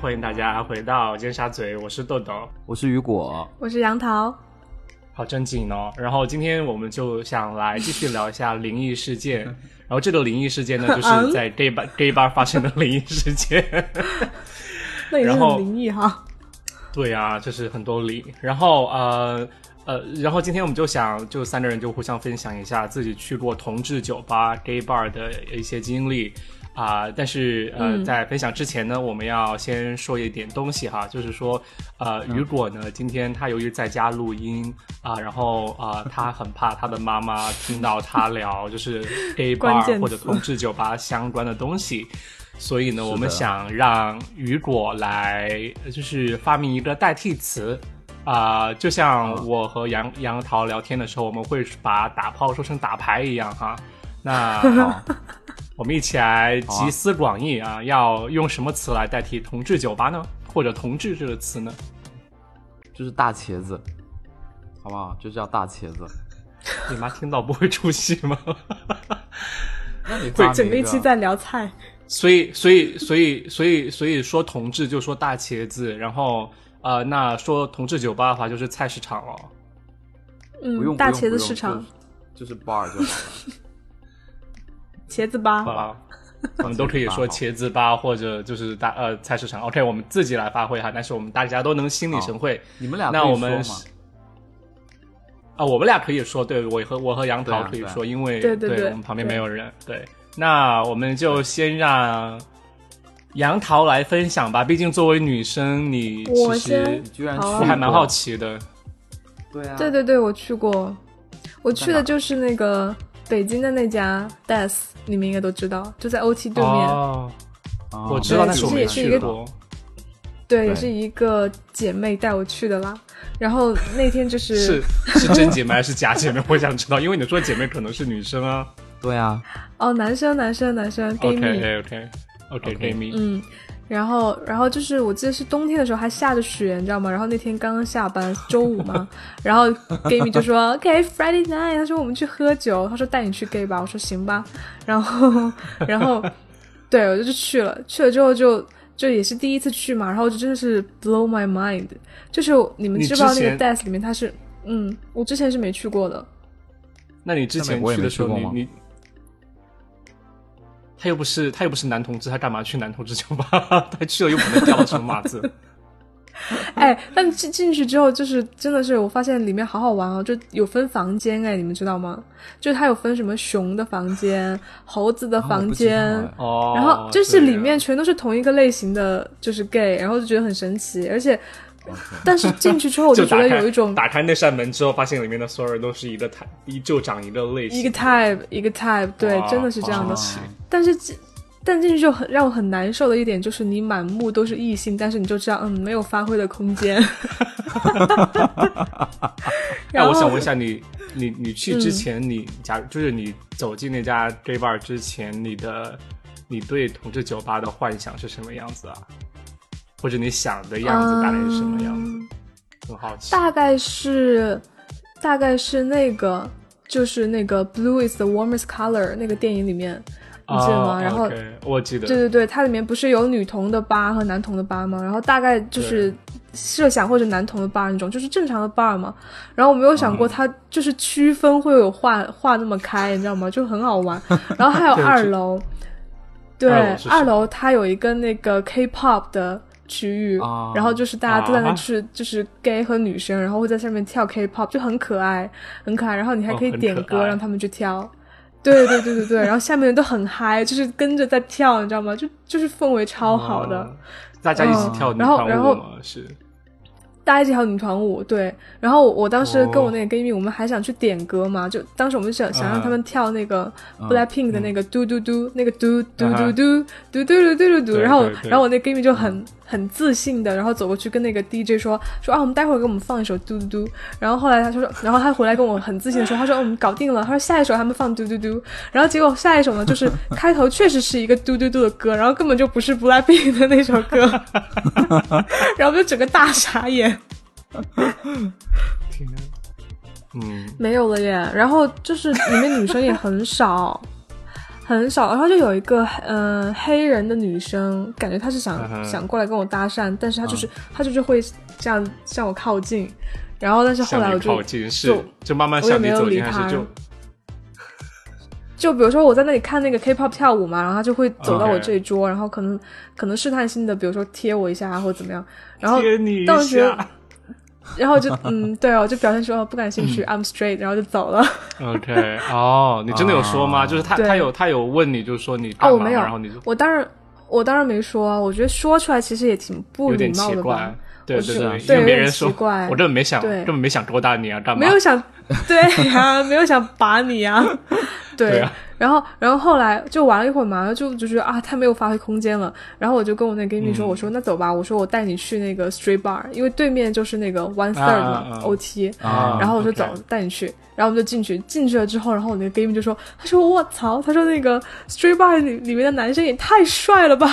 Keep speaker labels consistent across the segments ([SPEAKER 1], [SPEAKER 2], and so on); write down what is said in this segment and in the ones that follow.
[SPEAKER 1] 欢迎大家回到尖沙咀，我是豆豆，
[SPEAKER 2] 我是雨 果，
[SPEAKER 3] 我是杨桃。
[SPEAKER 1] 好正经哦。然后今天我们就想来继续聊一下灵异事件。然后这个灵异事件呢，就是在 gay bar gay bar 发生的灵异事件。
[SPEAKER 3] 那也是很灵异哈。
[SPEAKER 1] 对啊，就是很多灵。然后呃呃，然后今天我们就想，就三个人就互相分享一下自己去过同志酒吧、gay bar 的一些经历啊、但是呃，
[SPEAKER 3] 嗯
[SPEAKER 1] 在分享之前呢，我们要先说一点东西哈，就是说呃，
[SPEAKER 3] 嗯
[SPEAKER 1] 雨果呢，今天他由于在家录音啊、然后 啊、他很怕他的妈妈听到他聊就是 gay
[SPEAKER 3] 关键
[SPEAKER 1] bar 或者
[SPEAKER 3] 词
[SPEAKER 1] 同志酒吧相关的东西。所以呢，
[SPEAKER 2] 的
[SPEAKER 1] 我们想让雨果来，呃就是发明一个代替词，啊、就像我和杨杨桃聊天的时候，我们会把打炮说成打牌一样哈。 那我们一起来
[SPEAKER 2] 好啊
[SPEAKER 1] 集思广益啊，要用什么词来代替“同志酒吧”呢？或者“同志”这个词呢？
[SPEAKER 2] 就是大茄子，好不好？就叫大茄子。
[SPEAKER 1] 你妈听到不会出戏吗？
[SPEAKER 2] 那你发明
[SPEAKER 3] 整个一
[SPEAKER 2] 个
[SPEAKER 3] 期在聊菜，
[SPEAKER 1] 所以，所以，所以，所以，所以说同志就说大茄子，然后呃，那说同志酒吧的话就是菜市场了。
[SPEAKER 2] 不用
[SPEAKER 3] 嗯，大
[SPEAKER 2] 不用
[SPEAKER 3] 茄
[SPEAKER 2] 不
[SPEAKER 3] 子
[SPEAKER 2] 用
[SPEAKER 3] 市场，
[SPEAKER 2] 就是就是 bar 就好了。
[SPEAKER 3] 茄子吧
[SPEAKER 1] 好，吧，我们都可以说茄子吧，或者就是大呃菜市场。OK，我们自己来发挥哈，但是我们大家都能心领神会。
[SPEAKER 2] 你们俩
[SPEAKER 1] 那
[SPEAKER 2] 可以
[SPEAKER 1] 我们
[SPEAKER 2] 说吗
[SPEAKER 1] 啊，我们俩可以说，对我和我和杨
[SPEAKER 2] 对
[SPEAKER 1] 桃
[SPEAKER 2] 啊
[SPEAKER 1] 可以
[SPEAKER 2] 对啊
[SPEAKER 1] 说，因为
[SPEAKER 3] 对对对
[SPEAKER 1] 我们旁边没有人。对，那我们就先让杨桃来分享吧，毕竟作为女生，你
[SPEAKER 3] 我
[SPEAKER 1] 其实
[SPEAKER 3] 先
[SPEAKER 2] 你居然去
[SPEAKER 3] 好啊
[SPEAKER 1] 我还蛮
[SPEAKER 2] 过
[SPEAKER 1] 好奇的。
[SPEAKER 2] 对啊，
[SPEAKER 3] 对对对，我去过，我去
[SPEAKER 2] 在
[SPEAKER 3] 的
[SPEAKER 2] 哪
[SPEAKER 3] 就是那个北京的那家 Das，你们应该都知道，就在欧七对面。
[SPEAKER 1] 哦，
[SPEAKER 2] 啊，
[SPEAKER 1] 我知道，
[SPEAKER 3] 对
[SPEAKER 1] 但
[SPEAKER 3] 其
[SPEAKER 1] 我
[SPEAKER 3] 实
[SPEAKER 1] 没
[SPEAKER 3] 也是一
[SPEAKER 1] 去
[SPEAKER 3] 个
[SPEAKER 1] 过。
[SPEAKER 3] 对，也
[SPEAKER 2] 对
[SPEAKER 3] 是一个姐妹带我去的啦。然后那天就是
[SPEAKER 1] 是真姐妹还是假姐妹？我想知道，因为你说姐妹可能是女生啊。
[SPEAKER 2] 对啊，
[SPEAKER 3] 哦，男生男生男生 gay 蜜
[SPEAKER 1] OK OK OK
[SPEAKER 2] OK
[SPEAKER 1] gay 蜜。
[SPEAKER 3] 嗯，然后，然后就是我记得是冬天的时候还下着雪，你知道吗？然后那天刚刚下班，周五嘛， 然后 gay 米就说 OK Friday night，他说我们去喝酒，他说带你去 gay 吧，我说行吧，然后，然后，对我就去去了，去了之后就就也是第一次去嘛，然后就真的是 blow my mind，就是你们
[SPEAKER 1] 你
[SPEAKER 3] 知不知道
[SPEAKER 1] 之
[SPEAKER 3] 那个
[SPEAKER 1] 前
[SPEAKER 3] desk 里面它是，嗯，我之前是没去过的，
[SPEAKER 1] 那你之前
[SPEAKER 2] 那美国也
[SPEAKER 1] 去
[SPEAKER 2] 没
[SPEAKER 1] 的时候，
[SPEAKER 2] 去
[SPEAKER 1] 你
[SPEAKER 2] 过吗
[SPEAKER 1] 你他又不是他又不是男同志，他干嘛去男同志酒吧？ 他去了又不能掉到什么码 子。
[SPEAKER 3] 哎，但进进去之后，就是真的是我发现里面好好玩哦，就有分房间哎，你们知道吗？就它有分什么熊的房间、猴子的
[SPEAKER 2] 啊我
[SPEAKER 3] 房
[SPEAKER 2] 不知道
[SPEAKER 3] 间，
[SPEAKER 2] 哎
[SPEAKER 1] 哦，
[SPEAKER 3] 然后就
[SPEAKER 1] 对
[SPEAKER 3] 是里面全都是同一个类型的，就是 gay，然后就觉得很神奇，而且，但是进去之后我
[SPEAKER 1] 哦 就
[SPEAKER 3] 觉
[SPEAKER 1] 打
[SPEAKER 3] 得
[SPEAKER 1] 开
[SPEAKER 3] 有一种
[SPEAKER 1] 打开那扇门之后，发现里面的所有人都是一个 type，一就长一个类型。
[SPEAKER 3] 一个 type 一个 type，对
[SPEAKER 1] 哇，
[SPEAKER 3] 真的是这样的
[SPEAKER 1] 好。神奇
[SPEAKER 3] 但是进但进去就很让我很难受的一点就是，你满目都是异性，但是你就知道，嗯，没有发挥的空间。
[SPEAKER 1] 哎，
[SPEAKER 3] 然后嗯
[SPEAKER 1] 我想问一下你，你你去之前，你假如就是你走进那家 gay bar 之前，你的你对同志酒吧的幻想是什么样子啊？或者你想的样子大概是什么样子？
[SPEAKER 3] 嗯
[SPEAKER 1] 很好奇。
[SPEAKER 3] 大概是，大概是那个，就是那个《Blue is the warmest color》那个电影里面，你记得吗？
[SPEAKER 1] 啊
[SPEAKER 3] 然后
[SPEAKER 1] OK，我记得，嗯
[SPEAKER 3] 对对对，它里面不是有女童的吧和男童的吧吗？然后大概就是设想或者男童的吧那种，就是正常的 bar 嘛。然后我没有想过
[SPEAKER 1] 嗯
[SPEAKER 3] 它就是区分会有画画那么开，你知道吗？就很好 玩。然后还有
[SPEAKER 1] 对
[SPEAKER 3] 二楼，对
[SPEAKER 1] 二楼是什，么
[SPEAKER 3] 二楼它有一个那个 K-pop 的。区域
[SPEAKER 2] 啊，
[SPEAKER 3] 然后就是大家都在那
[SPEAKER 1] 啊
[SPEAKER 3] 去，就是 gay 和女生，然后会在上面跳 K-pop，就很可爱，很可爱。然后你还
[SPEAKER 1] 哦
[SPEAKER 3] 可以
[SPEAKER 1] 很
[SPEAKER 3] 点
[SPEAKER 1] 可
[SPEAKER 3] 歌
[SPEAKER 1] 爱
[SPEAKER 3] 让他们去跳，对对对对对，然后下面人都很嗨，就是跟着在跳，你知道吗？就就是氛围超好的，
[SPEAKER 1] 哦大家一起跳
[SPEAKER 3] 嗯
[SPEAKER 1] 女
[SPEAKER 3] 然后
[SPEAKER 1] 团
[SPEAKER 3] 然
[SPEAKER 1] 舞
[SPEAKER 3] 后
[SPEAKER 1] 吗？是
[SPEAKER 3] 大家一起跳女团舞，对。然后我我当时
[SPEAKER 1] 哦
[SPEAKER 3] 跟我那个闺蜜，我们还想去点歌嘛，就当时我们想想让他们跳那个
[SPEAKER 2] 嗯
[SPEAKER 3] BLACKPINK 的那个嘟嘟嘟，那个嘟嘟
[SPEAKER 1] 嗯
[SPEAKER 3] 嘟
[SPEAKER 1] 哼
[SPEAKER 3] 嘟嘟嘟嘟嘟嘟嘟。
[SPEAKER 1] 对
[SPEAKER 3] 然后
[SPEAKER 1] 对嗯对
[SPEAKER 3] 然后我那闺蜜就很很自信的，然后走过去跟那个 DJ 说说啊，我们待会儿给我们放一首嘟嘟嘟。然后后来她说，然后她回来跟我很自信的说，她说嗯，我们搞定了，她说下一首他们放嘟嘟嘟。然后结果下一首呢，就是开头确实是一个嘟嘟嘟的歌，然后根本就不是 BLACKPINK 的那首歌， 然后我就整个大傻眼。
[SPEAKER 1] 天啊，嗯，
[SPEAKER 3] 没有了耶。然后就是里面女生也很少， 很少。然后就有一个嗯、呃黑人的女生，感觉她是想、
[SPEAKER 1] 嗯哼嗯
[SPEAKER 3] 想过来跟我搭讪，但是她就是、她就是会这样向我靠近，然后但是后来
[SPEAKER 1] 向
[SPEAKER 3] 我
[SPEAKER 1] 你靠
[SPEAKER 3] 就
[SPEAKER 1] 近是
[SPEAKER 3] 就
[SPEAKER 1] 就慢慢
[SPEAKER 3] 我也
[SPEAKER 1] 向你
[SPEAKER 3] 没有
[SPEAKER 1] 走近，
[SPEAKER 3] 理
[SPEAKER 1] 还
[SPEAKER 3] 他
[SPEAKER 1] 是就
[SPEAKER 3] 就比如说我在那里看那个 K-pop 跳舞嘛，然后她就会走到我
[SPEAKER 1] OK
[SPEAKER 3] 这一桌然后可
[SPEAKER 1] 嗯
[SPEAKER 3] 能可能试探性的，比如说贴我一下啊或者怎么样，然后
[SPEAKER 1] 贴你一
[SPEAKER 3] 当时
[SPEAKER 1] 下。
[SPEAKER 3] 然后就嗯对哦，我就表现出哦不感兴趣、i
[SPEAKER 1] 嗯
[SPEAKER 3] m straight，然后就走了。
[SPEAKER 1] OK，哦，你真的有说吗？
[SPEAKER 2] 啊
[SPEAKER 1] 就是他
[SPEAKER 3] 对
[SPEAKER 1] 他有他有问你，就是说你干
[SPEAKER 3] 哦，
[SPEAKER 1] 嘛
[SPEAKER 3] 我没有，
[SPEAKER 1] 然后你就
[SPEAKER 3] 我当然我当然没说啊，我觉得说出来其实也挺不
[SPEAKER 1] 有
[SPEAKER 3] 礼
[SPEAKER 1] 点
[SPEAKER 3] 貌
[SPEAKER 1] 奇
[SPEAKER 3] 的
[SPEAKER 1] 怪
[SPEAKER 3] 吧，。
[SPEAKER 1] 对
[SPEAKER 3] 我
[SPEAKER 1] 对
[SPEAKER 3] 是
[SPEAKER 1] 对，因为
[SPEAKER 3] 对
[SPEAKER 1] 别
[SPEAKER 3] 有点
[SPEAKER 1] 人说，
[SPEAKER 3] 奇怪
[SPEAKER 1] 我根本没想，
[SPEAKER 3] 对
[SPEAKER 1] 根本没想勾搭你啊，干嘛？
[SPEAKER 3] 没有想， 对呀、没有想把 你呀、对。
[SPEAKER 1] 对啊
[SPEAKER 3] 然后，然后后来就玩了一会儿嘛，然后就就觉得啊，太没有发挥空间了。然后我就跟我那闺蜜
[SPEAKER 1] 嗯
[SPEAKER 3] 说，我说那走吧，我说我带你去那个 street bar，因为对面就是那个 one third 嘛、
[SPEAKER 1] 啊啊
[SPEAKER 3] OT。
[SPEAKER 1] 啊
[SPEAKER 3] 然后我就走
[SPEAKER 1] OK
[SPEAKER 3] 带你去，然后我们就进去，进去了之后，然后我那个闺蜜就说，她说我操，她说那个 street bar 里里面的男生也太帅了吧，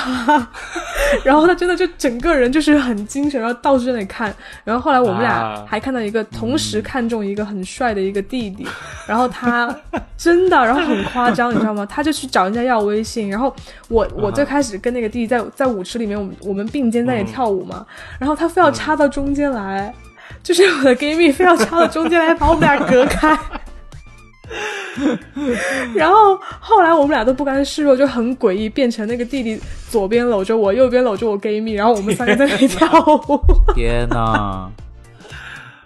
[SPEAKER 3] 然后她真的就整个人就是很精神，然后到处在那里看，然后后来我们
[SPEAKER 1] 啊
[SPEAKER 3] 俩还看到一个同时看中一个很帅的一个弟弟，然后他真的，然后很夸张，你知道吗？他就去找人家要微信，然后我我最开始跟那个弟弟在在舞池里面，我们我们并肩在那里跳舞嘛，然后他非要插到中间来。就是我的闺蜜非要插到中间来把我们俩隔开，然后后来我们俩都不甘示弱，就很诡异，变成那个弟弟左边搂着我，右边搂着我闺蜜，然后我们三个在那里跳舞。
[SPEAKER 2] 天 哪，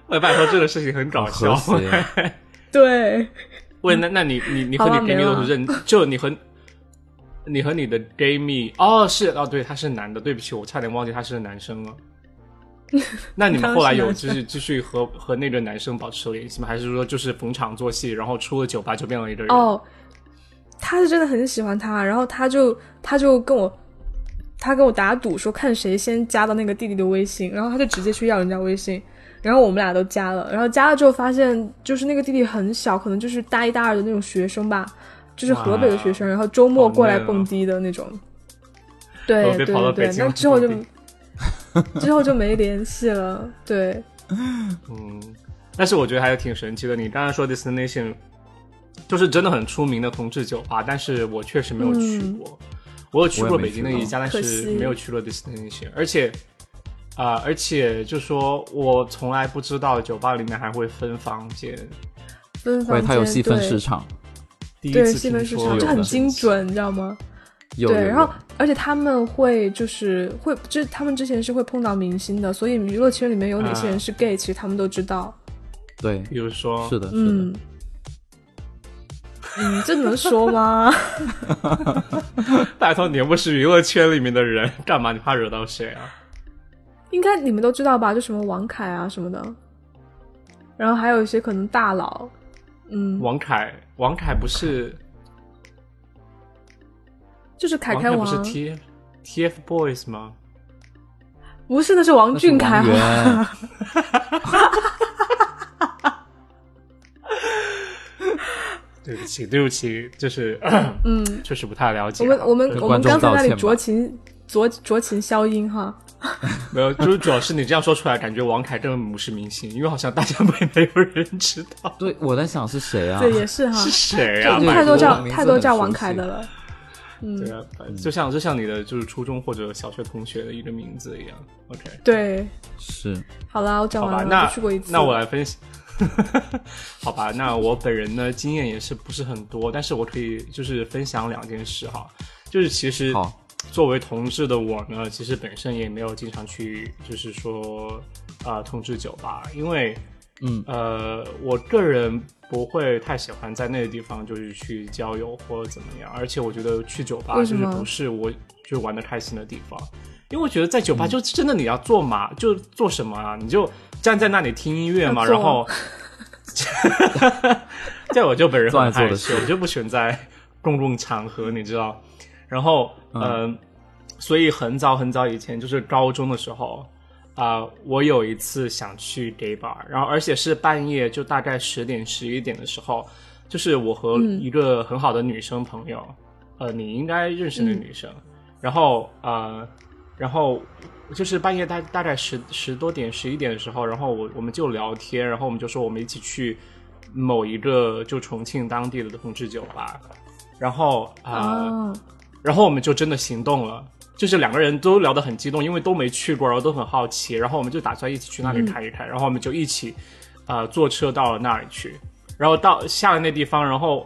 [SPEAKER 1] 我哎爸说这个事情很搞
[SPEAKER 2] 和
[SPEAKER 1] 笑。
[SPEAKER 2] 谐
[SPEAKER 3] 对，
[SPEAKER 1] 喂，那那你你你和
[SPEAKER 3] 好
[SPEAKER 1] 你
[SPEAKER 3] 吧
[SPEAKER 1] gay
[SPEAKER 3] 没
[SPEAKER 1] 蜜
[SPEAKER 3] 了
[SPEAKER 1] 都是认，就你和你和你的 gay 蜜哦是哦对，他是男的，对不起，我差点忘记他是男生了。那你们后来有
[SPEAKER 3] 当
[SPEAKER 1] 就
[SPEAKER 3] 时
[SPEAKER 1] 是继续和和那个男生保持联系吗？还是说就是逢场作戏，然后出了酒吧就变了一个人？
[SPEAKER 3] 哦，他是真的很喜欢他，然后他就他就跟我他跟我打赌说看谁先加到那个弟弟的微信，然后他就直接去要人家微信，然后我们俩都加了，然后加了之后发现就是那个弟弟很小，可能就是大一大二的那种学生吧，就是河北的学生，然后周末
[SPEAKER 1] 好
[SPEAKER 3] 过来
[SPEAKER 1] 嫩啊
[SPEAKER 3] 蹦迪的那种。对
[SPEAKER 1] 河北
[SPEAKER 3] 对
[SPEAKER 1] 跑到
[SPEAKER 3] 对
[SPEAKER 1] 北
[SPEAKER 3] 对，
[SPEAKER 1] 京
[SPEAKER 3] 那
[SPEAKER 1] 来
[SPEAKER 3] 之后就
[SPEAKER 1] 蹦迪
[SPEAKER 3] 之后就没联系了。对，
[SPEAKER 1] 嗯，但是我觉得还是挺神奇的。你刚才说 Destination，就是真的很出名的同志酒吧，但是我确实没有去
[SPEAKER 3] 嗯
[SPEAKER 1] 过。我有去过
[SPEAKER 2] 我也没
[SPEAKER 1] 北京的一家，但
[SPEAKER 3] 可
[SPEAKER 1] 是
[SPEAKER 3] 惜
[SPEAKER 1] 没有去过 Destination，而且。啊、而且就说，我从来不知道酒吧里面还会分房间，
[SPEAKER 3] 分
[SPEAKER 2] 喂，
[SPEAKER 3] 房
[SPEAKER 2] 它有
[SPEAKER 3] 间
[SPEAKER 2] 细分
[SPEAKER 3] 对
[SPEAKER 2] 市场，
[SPEAKER 1] 第一
[SPEAKER 3] 对
[SPEAKER 1] 次
[SPEAKER 3] 细分
[SPEAKER 1] 听
[SPEAKER 3] 市
[SPEAKER 1] 说
[SPEAKER 3] 场
[SPEAKER 2] 有
[SPEAKER 3] 就很
[SPEAKER 2] 的
[SPEAKER 3] 精准，你知道吗？
[SPEAKER 2] 有有
[SPEAKER 3] 对，然后
[SPEAKER 2] 有
[SPEAKER 3] 而且他们会就是会，就是他们之前是会碰到明星的，所以娱乐圈里面有哪些
[SPEAKER 1] 啊
[SPEAKER 3] 人是 gay，、其实他们都知道。
[SPEAKER 2] 对，
[SPEAKER 1] 比如说，
[SPEAKER 2] 是的，是的
[SPEAKER 3] 嗯，嗯，这能 说吗？
[SPEAKER 1] 拜托你又不是娱乐圈里面的人， 干嘛你怕惹到谁啊？
[SPEAKER 3] 应该你们都知道吧？就什么王凯啊什么的，然后还有一些可能大佬，嗯，
[SPEAKER 1] 王凯，王凯不是
[SPEAKER 3] 就是凯
[SPEAKER 1] 王
[SPEAKER 3] 凯
[SPEAKER 1] 凯
[SPEAKER 3] 王
[SPEAKER 1] 不是
[SPEAKER 3] 啊，
[SPEAKER 1] T T F Boys 吗？
[SPEAKER 3] 不是，那是王
[SPEAKER 2] 那是
[SPEAKER 3] 俊凯啊
[SPEAKER 2] 王
[SPEAKER 3] 好吧
[SPEAKER 2] 源
[SPEAKER 1] 对不起， 对不起，就是
[SPEAKER 3] 嗯，
[SPEAKER 1] 确实不太了解
[SPEAKER 3] 我
[SPEAKER 1] 啊。
[SPEAKER 3] 们我们
[SPEAKER 1] 就是
[SPEAKER 3] 我
[SPEAKER 2] 观
[SPEAKER 3] 们
[SPEAKER 2] 众
[SPEAKER 3] 刚才
[SPEAKER 2] 道
[SPEAKER 3] 那
[SPEAKER 2] 歉吧
[SPEAKER 3] 里酌情酌酌情消音哈，
[SPEAKER 1] 没有，就是主要是你这样说出来，感觉王凯根本不是明星，因为好像大家没没有人知道
[SPEAKER 2] 对，我在想是谁啊？
[SPEAKER 3] 对，也是哈
[SPEAKER 1] 是，谁
[SPEAKER 2] 这
[SPEAKER 1] 啊。
[SPEAKER 2] 就
[SPEAKER 1] 拜
[SPEAKER 3] 太多
[SPEAKER 1] 托
[SPEAKER 3] 叫
[SPEAKER 2] 名字
[SPEAKER 3] 太多
[SPEAKER 2] 很
[SPEAKER 3] 叫
[SPEAKER 2] 熟
[SPEAKER 3] 王凯
[SPEAKER 2] 悉
[SPEAKER 3] 的了，嗯
[SPEAKER 1] 对，啊，就像就像你的就是初中或者小学同学的一个名字一样。OK，
[SPEAKER 3] 对。
[SPEAKER 2] 是
[SPEAKER 3] 好啦，我讲
[SPEAKER 1] 好吧
[SPEAKER 3] 完，了，
[SPEAKER 1] 那
[SPEAKER 3] 我就去过一次。
[SPEAKER 1] 那我来分析。 好吧，那我本人呢经验也是不是很多，但是我可以就是分享两件事哈，就是其实
[SPEAKER 2] 好，
[SPEAKER 1] 作为同志的我呢，其实本身也没有经常去，就是说，呃，同志酒吧，因为，
[SPEAKER 2] 嗯，
[SPEAKER 1] 呃，我个人不会太喜欢在那个地方就是去交友或者怎么样，而且我觉得去酒吧
[SPEAKER 3] 为
[SPEAKER 1] 就
[SPEAKER 3] 什
[SPEAKER 1] 是
[SPEAKER 3] 么
[SPEAKER 1] 不是我就玩的开心的地方，因为我觉得在酒吧就真的你要做嘛，就做什么啊，你就站在那里听音乐嘛，
[SPEAKER 3] 要坐
[SPEAKER 1] 然后， 在我就本人
[SPEAKER 2] 做
[SPEAKER 1] 很
[SPEAKER 2] 爱做
[SPEAKER 1] 害
[SPEAKER 2] 的
[SPEAKER 1] 羞，
[SPEAKER 2] 事
[SPEAKER 1] 我就不喜欢在公共场合，你知道，然后，嗯、所以很早很早以前，就是高中的时候，啊、我有一次想去 gay bar，然后而且是半夜，就大概十点十一点的时候，就是我和
[SPEAKER 3] 嗯
[SPEAKER 1] 一个很好的女生朋友，呃，你应该认识的女生，然后呃，然后就是半夜大大概十十多点十一点的时候，然后我我们就聊天，然后我们就说我们一起去某一个就重庆当地的同志酒吧，然后啊、呃
[SPEAKER 3] 哦，
[SPEAKER 1] 然后我们就真的行动了。就是两个人都聊得很激动，因为都没去过，然后都很好奇，然后我们就打算一起去那里
[SPEAKER 3] 嗯
[SPEAKER 1] 看一看，然后我们就一起，呃，坐车到了那里去，然后到下了那地方，然后，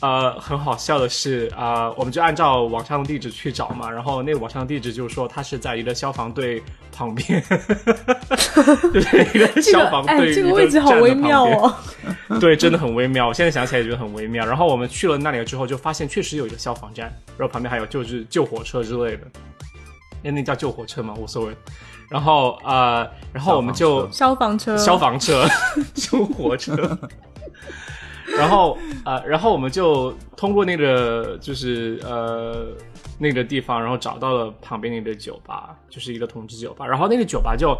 [SPEAKER 1] 呃，很好笑的是，呃，我们就按照网上的地址去找嘛，然后那个网上地址就说它是在一个消防队旁 边， 就是一个
[SPEAKER 3] 这
[SPEAKER 1] 消
[SPEAKER 3] 个
[SPEAKER 1] 防队、
[SPEAKER 3] 哎，这个位置好微妙哦。
[SPEAKER 1] 对，真的很微妙。我现在想起来也觉得很微妙。然后我们去了那里了之后，就发现确实有一个消防站，然后旁边还有就是救火车之类的，那那叫救火车吗？无所谓。然后呃，然后我们就
[SPEAKER 3] 消防车，
[SPEAKER 1] 消防 车、救火车，然后呃，然后我们就通过那个就是呃那个地方，然后找到了旁边那个酒吧，就是一个同志酒吧。然后那个酒吧就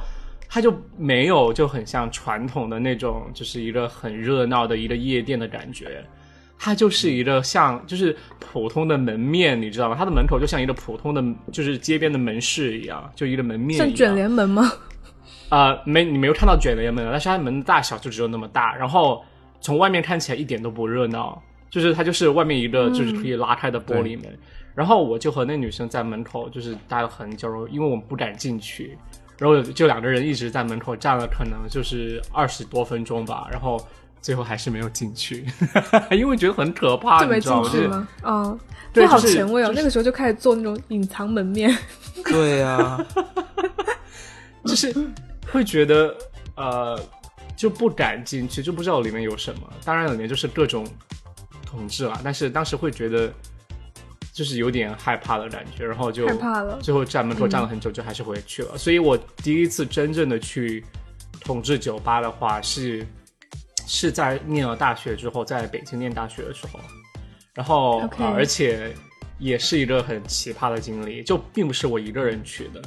[SPEAKER 1] 它就没有就很像传统的那种，就是一个很热闹的一个夜店的感觉。它就是一个像就是普通的门面，你知道吗？它的门口就像一个普通的就是街边的门市一样，就一个门面一样。
[SPEAKER 3] 像卷帘门吗？
[SPEAKER 1] 呃，没，你没有看到卷帘门，但是它门的大小就只有那么大，然后从外面看起来一点都不热闹，就是它就是外面一个就是
[SPEAKER 3] 嗯
[SPEAKER 1] 可以拉开的玻璃门，然后我就和那女生在门口就是待了很久，然后因为我们不敢进去，然后就两个人一直在门口站了可能就是二十多分钟吧，然后最后还是没有进去， 因为觉得很可怕，
[SPEAKER 3] 就没
[SPEAKER 1] 啊你知
[SPEAKER 3] 进
[SPEAKER 1] 道吗？就
[SPEAKER 3] 去
[SPEAKER 1] 是
[SPEAKER 3] 吗？哦，
[SPEAKER 1] 对
[SPEAKER 3] 这好
[SPEAKER 1] 就是
[SPEAKER 3] 前卫哦
[SPEAKER 1] 就！是
[SPEAKER 3] 那个时候就开始做那种隐藏门面，
[SPEAKER 2] 对呀、
[SPEAKER 1] 就是会觉得呃就不敢进去，就不知道里面有什么。当然里面就是各种同志啦，但是当时会觉得就是有点害怕的感觉，然后就
[SPEAKER 3] 害怕嗯了
[SPEAKER 1] 最后站门口站了很久，就还是回去了。所以我第一次真正的去同志酒吧的话是是在念了大学之后，在北京念大学的时候，然后
[SPEAKER 3] OK
[SPEAKER 1] 呃而且也是一个很奇葩的经历，就并不是我一个人去的，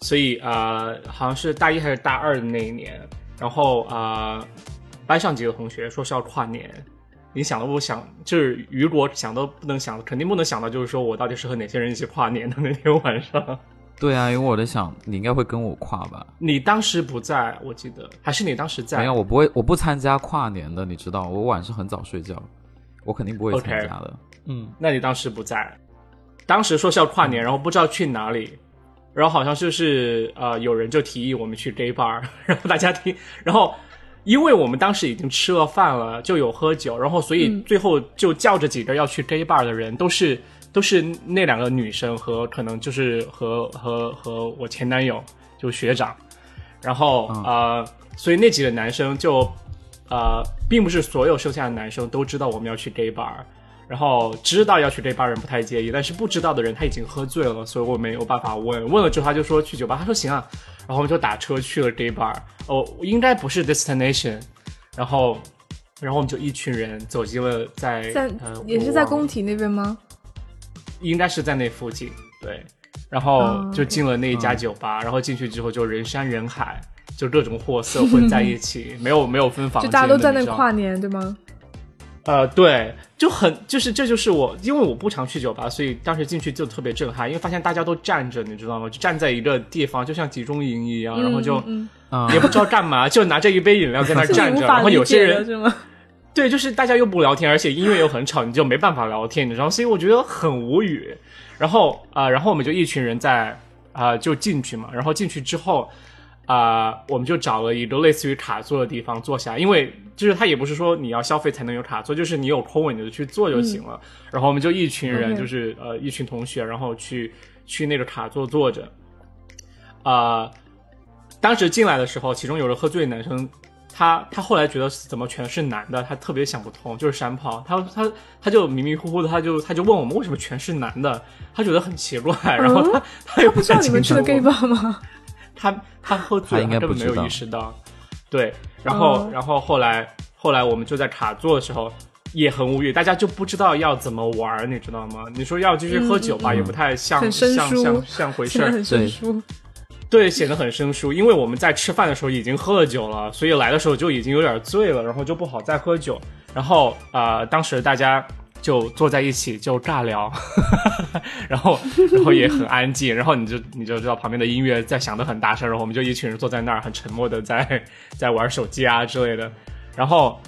[SPEAKER 1] 所以呃，好像是大一还是大二的那一年，然后呃，班上几个同学说是要跨年，你想都不想，就是雨果想都不能想，肯定不能想到，就是说我到底是和哪些人一起跨年的那天晚上。
[SPEAKER 2] 对啊，因为我在想，你应该会跟我跨吧？
[SPEAKER 1] 你当时不在，我记得，还是你当时在？
[SPEAKER 2] 没有，我不会，我不参加跨年的，你知道，我晚上很早睡觉，我肯定不会
[SPEAKER 1] OK
[SPEAKER 2] 参加的。嗯，
[SPEAKER 1] 那你当时不在，当时说是要跨年，然后不知道去哪里，然后好像就是呃有人就提议我们去 gay bar，然 后大家听，然后因为我们当时已经吃了饭了，就有喝酒，然后所以
[SPEAKER 3] 嗯
[SPEAKER 1] 最后就叫着几个要去 gay bar 的人，都是都是那两个女生和可能就是和和和我前男友就学长，然后、
[SPEAKER 2] 嗯
[SPEAKER 1] 呃，所以那几个男生就呃，并不是所有剩下的男生都知道我们要去 gay bar，然后知道要去 gay bar 人不太介意，但是不知道的人他已经喝醉了，所以我没有办法问。问了之后他就说去酒吧，他说行啊，然后我们就打车去了 gay bar，哦，应该不是 destination，然后。然后我们就一群人走进了在
[SPEAKER 3] 在
[SPEAKER 1] 呃、
[SPEAKER 3] 也是
[SPEAKER 1] 我
[SPEAKER 3] 在
[SPEAKER 1] 忘了
[SPEAKER 3] 工体那边吗？
[SPEAKER 1] 应该是在那附近，对。然后
[SPEAKER 3] 哦嗯
[SPEAKER 1] 就进了那一家酒吧，然后进去之后就人山人海，就各种货色混 在一起，没有没有分房
[SPEAKER 3] 就
[SPEAKER 1] 间的，
[SPEAKER 3] 大家都在
[SPEAKER 1] 你
[SPEAKER 3] 那
[SPEAKER 1] 知道吗
[SPEAKER 3] 跨年，对吗？
[SPEAKER 1] 呃，对，就很就是这就是我，因为我不常去酒吧，所以当时进去就特别震撼，因为发现大家都站着，你知道吗？就站在一个地方，就像集中营一样，然后就
[SPEAKER 3] 嗯嗯
[SPEAKER 2] 啊、
[SPEAKER 1] 也不知道干嘛，就拿着一杯饮料在那儿
[SPEAKER 3] 嗯
[SPEAKER 1] 站
[SPEAKER 3] 是
[SPEAKER 1] 着，
[SPEAKER 3] 你无法
[SPEAKER 1] 然后有
[SPEAKER 3] 理
[SPEAKER 1] 些
[SPEAKER 3] 解
[SPEAKER 1] 人
[SPEAKER 3] 的 是吗？
[SPEAKER 1] 对，就是大家又不聊天，而且音乐又很吵，你就没办法聊天，你知道吗，所以我觉得很无语。然后啊、呃然后我们就一群人在啊、呃就进去嘛，然后进去之后啊、呃我们就找了一个类似于卡座的地方坐下，因为就是他也不是说你要消费才能有卡座，就是你有空位你就去坐就行了。然后我们就一群人，
[SPEAKER 3] OK
[SPEAKER 1] 就是呃一群同学，然后去去那个卡座坐着，啊、当时进来的时候，其中有个喝醉的男生，他他后来觉得怎么全是男的，他特别想不通，就是山炮，他他他就迷迷糊糊的，他就他就问我们为什么全是男的，他觉得很奇怪，然后他、他也
[SPEAKER 3] 哦不知道你们去了 gay
[SPEAKER 1] bar，
[SPEAKER 3] bar 吗？
[SPEAKER 1] 他他喝醉了，
[SPEAKER 2] 他应该
[SPEAKER 1] 根
[SPEAKER 2] 不
[SPEAKER 1] 本没
[SPEAKER 2] 知
[SPEAKER 1] 有意
[SPEAKER 2] 道
[SPEAKER 1] 识到，对，然后、
[SPEAKER 3] 嗯
[SPEAKER 1] 然后后来后来我们就在卡座的时候。也很无语，大家就不知道要怎么玩儿，你知道吗？你说要继续喝酒吧，
[SPEAKER 2] 嗯嗯
[SPEAKER 1] 也不太像
[SPEAKER 3] 很生
[SPEAKER 1] 像
[SPEAKER 3] 疏
[SPEAKER 1] 像像 回事
[SPEAKER 3] 真
[SPEAKER 1] 儿
[SPEAKER 3] 的，很生疏。
[SPEAKER 1] 对，显得很生疏，因为我们在吃饭的时候已经喝了酒了，所以来的时候就已经有点醉了，然后就不好再喝酒。然后呃，当时大家就坐在一起就尬聊， 然后然后也很安静，然后你就你就知道旁边的音乐在响得很大声，然后我们就一群人坐在那儿很沉默的在在玩手机啊之类的，然后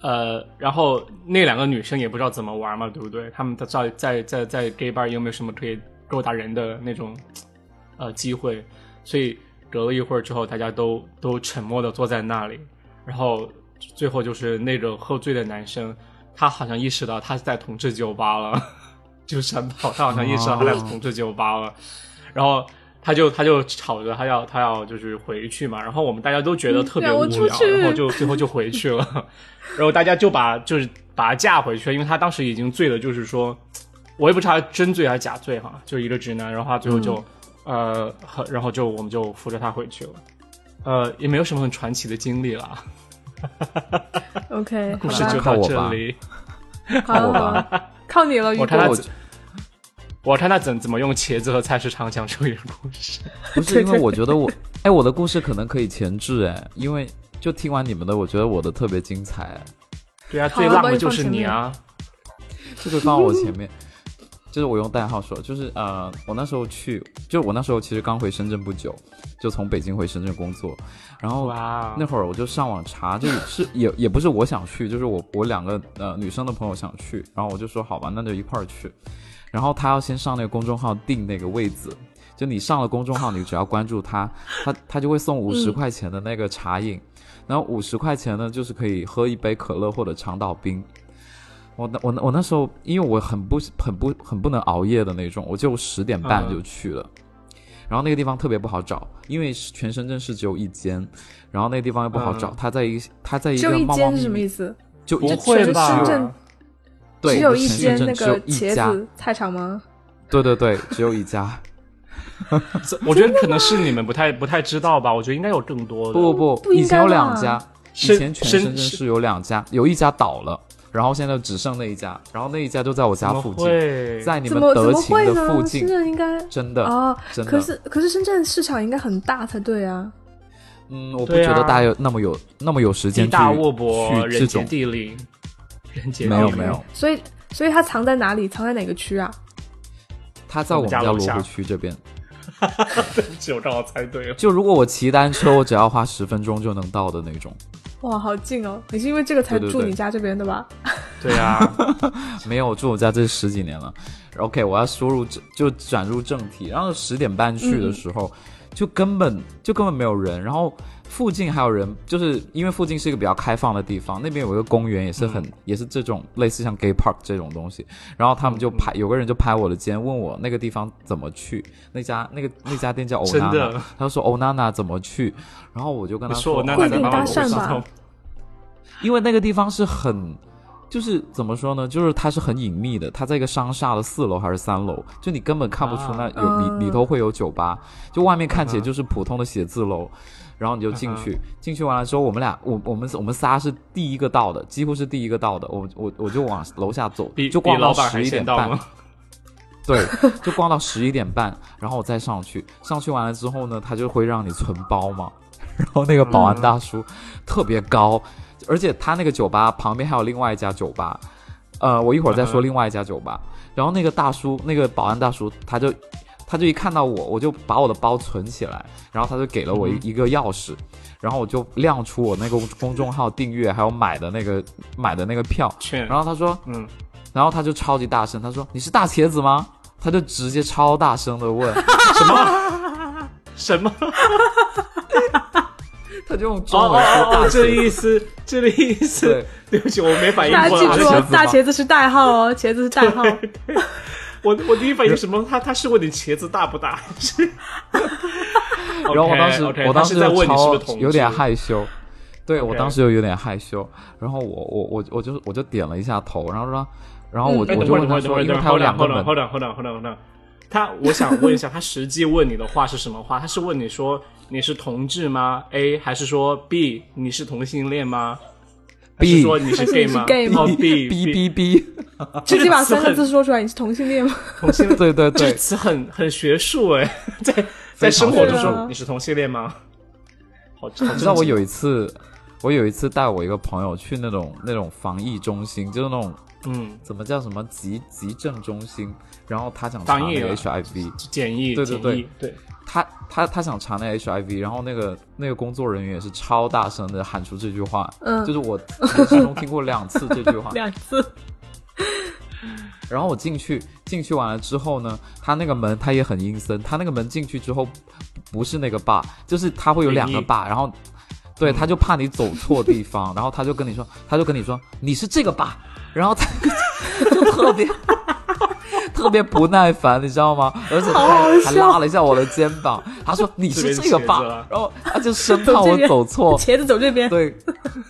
[SPEAKER 1] 呃，然后那两个女生也不知道怎么玩嘛，对不对？她们在在在在 gay bar 有没有什么可以勾搭人的那种呃机会？所以隔了一会儿之后，大家都都沉默的坐在那里，然后最后就是那个喝醉的男生，他好像意识到他是在同志酒吧了， 就是他好像意识到他在同志酒吧了，然后。他就他就吵着他要他要就是回去嘛，然后我们大家都觉得特别
[SPEAKER 3] 嗯
[SPEAKER 1] 无
[SPEAKER 3] 让我
[SPEAKER 1] 聊，
[SPEAKER 3] 出去
[SPEAKER 1] 然后就 最后就回去了，然后大家就把就是把他架回去，因为他当时已经醉了，就是说我也不知道他真醉还是假醉哈，就是一个直男，然后他最后就、
[SPEAKER 3] 嗯
[SPEAKER 1] 呃和然后就我们就扶着他回去了，呃也没有什么很传奇的经历啦，
[SPEAKER 3] OK，
[SPEAKER 1] 故
[SPEAKER 3] 好
[SPEAKER 1] 事
[SPEAKER 3] 吧
[SPEAKER 1] 就
[SPEAKER 2] 靠
[SPEAKER 1] 到
[SPEAKER 2] 我
[SPEAKER 1] 这
[SPEAKER 2] 吧
[SPEAKER 1] 里，
[SPEAKER 3] 好
[SPEAKER 2] 我
[SPEAKER 3] 了好
[SPEAKER 2] 吧
[SPEAKER 3] 了，靠你了，雨
[SPEAKER 1] 我看
[SPEAKER 3] 果
[SPEAKER 1] 他
[SPEAKER 2] 我
[SPEAKER 1] 怎我看他怎怎么用茄子和菜市场讲出一个故事，
[SPEAKER 2] 不是因为我觉得我，哎，我的故事可能可以前置哎，因为就听完你们的，我觉得我的特别精彩哎，
[SPEAKER 1] 对啊，
[SPEAKER 3] 好
[SPEAKER 1] 最
[SPEAKER 3] 了
[SPEAKER 1] 浪
[SPEAKER 3] 帮
[SPEAKER 1] 的
[SPEAKER 3] 你
[SPEAKER 1] 就
[SPEAKER 3] 放
[SPEAKER 1] 是
[SPEAKER 3] 前
[SPEAKER 1] 你
[SPEAKER 3] 面
[SPEAKER 1] 啊，
[SPEAKER 2] 这个放我前面， 就是我用代号说，就是呃，我那时候去，就我那时候其实刚回深圳不久，就从北京回深圳工作，然后
[SPEAKER 1] 哇，
[SPEAKER 2] 那会儿我就上网查，就是也也不是我想去，就是我我两个呃女生的朋友想去，然后我就说好吧，那就一块儿去。然后他要先上那个公众号订那个位子，就你上了公众号，你只要关注他，他他就会送五十块钱的那个茶饮，然后五十块钱呢就是可以喝一杯可乐或者长岛冰。我那我那我那时候因为我很不很不很不能熬夜的那种，我就十点半
[SPEAKER 1] 嗯
[SPEAKER 2] 就去了。然后那个地方特别不好找，因为是全深圳市只有一间，然后那个地方又不好找。
[SPEAKER 1] 嗯
[SPEAKER 2] 它在一它在一
[SPEAKER 3] 只有
[SPEAKER 2] 个
[SPEAKER 3] 一
[SPEAKER 2] 猫猫
[SPEAKER 3] 间
[SPEAKER 2] 密
[SPEAKER 3] 是什么
[SPEAKER 2] 密，
[SPEAKER 3] 意思？
[SPEAKER 2] 就
[SPEAKER 1] 不
[SPEAKER 2] 一
[SPEAKER 1] 会
[SPEAKER 3] 全
[SPEAKER 1] 吧？
[SPEAKER 3] 深圳
[SPEAKER 2] 对，
[SPEAKER 3] 只有一
[SPEAKER 2] 全深圳
[SPEAKER 3] 间那
[SPEAKER 2] 只有
[SPEAKER 3] 个
[SPEAKER 2] 一
[SPEAKER 3] 茄
[SPEAKER 2] 家，
[SPEAKER 3] 子菜场吗？
[SPEAKER 2] 对对对，只有一 家。
[SPEAKER 1] 这我觉得可能是你们不太不太知道吧，我觉得应该有更多的。
[SPEAKER 2] 不不
[SPEAKER 3] 不
[SPEAKER 2] 不，
[SPEAKER 3] 应
[SPEAKER 2] 以前有
[SPEAKER 3] 该
[SPEAKER 2] 两
[SPEAKER 3] 吧
[SPEAKER 2] 家，以
[SPEAKER 1] 深
[SPEAKER 2] 前全
[SPEAKER 1] 深
[SPEAKER 2] 深圳市有两家，有一家倒了，然后现在只剩那一家，然后那一家就在我
[SPEAKER 1] 怎
[SPEAKER 2] 家
[SPEAKER 1] 么
[SPEAKER 2] 附近，
[SPEAKER 1] 会？
[SPEAKER 2] 在你
[SPEAKER 3] 怎
[SPEAKER 2] 们
[SPEAKER 3] 么怎
[SPEAKER 2] 德
[SPEAKER 3] 么
[SPEAKER 2] 勤
[SPEAKER 3] 会
[SPEAKER 2] 的附
[SPEAKER 3] 呢？深
[SPEAKER 2] 近，
[SPEAKER 3] 圳应该
[SPEAKER 2] 真的
[SPEAKER 3] 哦，
[SPEAKER 2] 真的。
[SPEAKER 3] 可是可是深圳市场应该很大才对啊。
[SPEAKER 2] 嗯，我不
[SPEAKER 1] 对
[SPEAKER 2] 觉
[SPEAKER 1] 啊
[SPEAKER 2] 得大家有那么有那么有时
[SPEAKER 1] 地
[SPEAKER 2] 间去
[SPEAKER 1] 大物博，
[SPEAKER 2] 去这
[SPEAKER 1] 人杰
[SPEAKER 2] 种
[SPEAKER 1] 地灵，人杰地灵
[SPEAKER 2] 没有
[SPEAKER 3] OK
[SPEAKER 2] 没有，
[SPEAKER 3] 所以所以它藏在哪里？藏在哪个区啊？
[SPEAKER 2] 他在
[SPEAKER 1] 我
[SPEAKER 2] 我
[SPEAKER 1] 们家
[SPEAKER 2] 们家
[SPEAKER 1] 楼
[SPEAKER 2] 罗
[SPEAKER 1] 下
[SPEAKER 2] 湖区这边。
[SPEAKER 1] 只有让我猜对了。
[SPEAKER 2] 就如果我骑单车，我只要花十分钟就能到的那种，
[SPEAKER 3] 哇，好近哦！你是因为这个才
[SPEAKER 2] 对对
[SPEAKER 3] 住
[SPEAKER 2] 对
[SPEAKER 3] 你家这边的吧？
[SPEAKER 1] 对 啊，
[SPEAKER 2] 没有我住我家这十几年了。OK，我要输入正就转入正题，然后十点半去的时候，就根本就根本没有人，然后附近还有人，就是因为附近是一个比较开放的地方，那边有一个公园，也是很、也是这种类似像 gay park 这种东西，然后他们就拍、有个人就拍我的肩，问我那个地方怎么去，那家那个那家店叫欧
[SPEAKER 1] 真
[SPEAKER 2] 娜
[SPEAKER 1] 的
[SPEAKER 2] 娜，他就说欧娜娜怎么去，然后我就跟
[SPEAKER 1] 你
[SPEAKER 2] 他哦
[SPEAKER 1] 说我那
[SPEAKER 2] 欧
[SPEAKER 1] 奶
[SPEAKER 2] 娜
[SPEAKER 1] 奶
[SPEAKER 2] 娜
[SPEAKER 3] 规
[SPEAKER 1] 妈妈
[SPEAKER 3] 定搭
[SPEAKER 1] 我
[SPEAKER 2] 怎么
[SPEAKER 1] 不知
[SPEAKER 3] 讪
[SPEAKER 2] 去
[SPEAKER 3] 吧
[SPEAKER 1] 道，
[SPEAKER 2] 因为那个地方是很，就是怎么说呢，就是它是很隐秘的，它在一个商厦的四楼还是三楼，就你根本看不出那
[SPEAKER 1] 啊
[SPEAKER 2] 有、
[SPEAKER 3] 嗯
[SPEAKER 2] 里里头会有酒吧，就外面看
[SPEAKER 1] 嗯
[SPEAKER 2] 起来
[SPEAKER 1] 哼
[SPEAKER 2] 就是普通的写字楼。然后你就进去，进去完了之后，我们俩，我我们我们仨是第一个到的，几乎是第一个到的。我我我就往楼下走
[SPEAKER 1] 比，
[SPEAKER 2] 就
[SPEAKER 1] 比
[SPEAKER 2] 逛
[SPEAKER 1] 老
[SPEAKER 2] 到
[SPEAKER 1] 板
[SPEAKER 2] 十
[SPEAKER 1] 还
[SPEAKER 2] 一
[SPEAKER 1] 先
[SPEAKER 2] 点
[SPEAKER 1] 到
[SPEAKER 2] 半，
[SPEAKER 1] 吗？
[SPEAKER 2] 对，就逛到十一点半，然后我再上去。上去完了之后呢，他就会让你存包嘛。 然后那个保安大叔特别高，而且他那个酒吧旁边还有另外一家酒吧，呃，我一会儿再说
[SPEAKER 1] 嗯
[SPEAKER 2] 另外一家酒吧。然后那个大叔，那个保安大叔，他就他就一看到我，我就把我的包存起来，然后他就给了我一
[SPEAKER 1] 嗯
[SPEAKER 2] 一个钥匙，然后我就亮出我那个公众号订阅还有买的那个买的那个票，
[SPEAKER 1] 劝
[SPEAKER 2] 然，后他说
[SPEAKER 1] 嗯，
[SPEAKER 2] 然后他就超级大声，他说：“你是大茄子吗？”他就直接超大声的问 什么，
[SPEAKER 1] 什 么？
[SPEAKER 2] 他就用
[SPEAKER 1] 哦
[SPEAKER 2] 中
[SPEAKER 1] 哦
[SPEAKER 2] 文说
[SPEAKER 1] 哦
[SPEAKER 2] 大
[SPEAKER 1] 哦，这
[SPEAKER 2] 茄
[SPEAKER 1] 意
[SPEAKER 2] 子。
[SPEAKER 1] 思，这个意思
[SPEAKER 2] 对。
[SPEAKER 1] 对不起，我没反应
[SPEAKER 3] 大家
[SPEAKER 1] 过
[SPEAKER 3] 记
[SPEAKER 1] 来。
[SPEAKER 3] 住
[SPEAKER 2] 茄
[SPEAKER 3] 哦
[SPEAKER 2] 子吗，
[SPEAKER 3] 大茄子是代号哦，茄子是代号。
[SPEAKER 1] 我我第一反应是什么？他他是问你茄子大不 大？是。
[SPEAKER 2] 然后我当时
[SPEAKER 1] OK，OK，
[SPEAKER 2] 我当
[SPEAKER 1] 他
[SPEAKER 2] 时
[SPEAKER 1] 是在
[SPEAKER 2] 就
[SPEAKER 1] 问你是不
[SPEAKER 2] 超
[SPEAKER 1] 是同志
[SPEAKER 2] 有点害羞，对
[SPEAKER 1] OK
[SPEAKER 2] 我当时就有点害羞。然后我我我我就我就点了一下头，然后说，然后我
[SPEAKER 1] 哎
[SPEAKER 2] 我
[SPEAKER 1] 等
[SPEAKER 2] 就
[SPEAKER 1] 会儿，
[SPEAKER 2] 问
[SPEAKER 1] 等会儿，
[SPEAKER 2] 他
[SPEAKER 1] 等
[SPEAKER 2] 说，
[SPEAKER 1] 会儿，
[SPEAKER 2] 因为
[SPEAKER 1] 等
[SPEAKER 2] 他有
[SPEAKER 1] 会儿
[SPEAKER 2] 两
[SPEAKER 1] ，hold on，hold
[SPEAKER 2] 个门
[SPEAKER 1] on，hold on，hold on，hold on。他，我想问一下，他实际问你的话是什么话？他是问你说你是同志吗？A 还是说 B 你是同性恋吗还是
[SPEAKER 2] B
[SPEAKER 1] 说你是
[SPEAKER 3] 还是
[SPEAKER 1] gay
[SPEAKER 3] 你是
[SPEAKER 1] 吗
[SPEAKER 3] gay 吗
[SPEAKER 1] 哦
[SPEAKER 2] B
[SPEAKER 1] ，B
[SPEAKER 2] B B，
[SPEAKER 3] 直接把三个
[SPEAKER 1] 这
[SPEAKER 3] 字说出来，你是同性恋吗？
[SPEAKER 1] 同性恋，
[SPEAKER 2] 对对
[SPEAKER 1] 这个
[SPEAKER 2] 对，
[SPEAKER 1] 词很很学术哎，在在
[SPEAKER 2] 非常
[SPEAKER 1] 生活中
[SPEAKER 3] 学术
[SPEAKER 1] 说你是同性恋吗？好，好
[SPEAKER 2] 你知道我
[SPEAKER 1] 正经
[SPEAKER 2] 有一次，我有一次带我一个朋友去那种那种防疫中心，就是那种
[SPEAKER 1] 嗯，
[SPEAKER 2] 怎么叫什么急急症中心，然后他想查
[SPEAKER 1] 防疫
[SPEAKER 2] 那
[SPEAKER 1] 了
[SPEAKER 2] 个 HIV，
[SPEAKER 1] 简易，
[SPEAKER 2] 对对
[SPEAKER 1] 简易
[SPEAKER 2] 对
[SPEAKER 1] 对，
[SPEAKER 2] 他他他想查那 HIV，然后那个那个工作人员也是超大声的喊出这句话，
[SPEAKER 3] 嗯，
[SPEAKER 2] 就是我人生中听过两次这句话
[SPEAKER 3] 两次，
[SPEAKER 2] 然后我进去，进去完了之后呢，他那个门他也很阴森，他那个门进去之后不是那个坝，就是他会有两个坝，然后
[SPEAKER 3] 嗯
[SPEAKER 2] 对，他就怕你走错地方， 然后他就跟你说，他就跟你说你是这个坝，然后他 就特别 特别不耐烦，你知道吗？而且
[SPEAKER 3] 好好
[SPEAKER 2] 他还
[SPEAKER 3] 笑
[SPEAKER 2] 拉了一下我的肩膀，他 说你是这个坝
[SPEAKER 1] 这边茄子啊，
[SPEAKER 2] 然后他就生怕我走 错，
[SPEAKER 3] 茄子走这边，
[SPEAKER 2] 对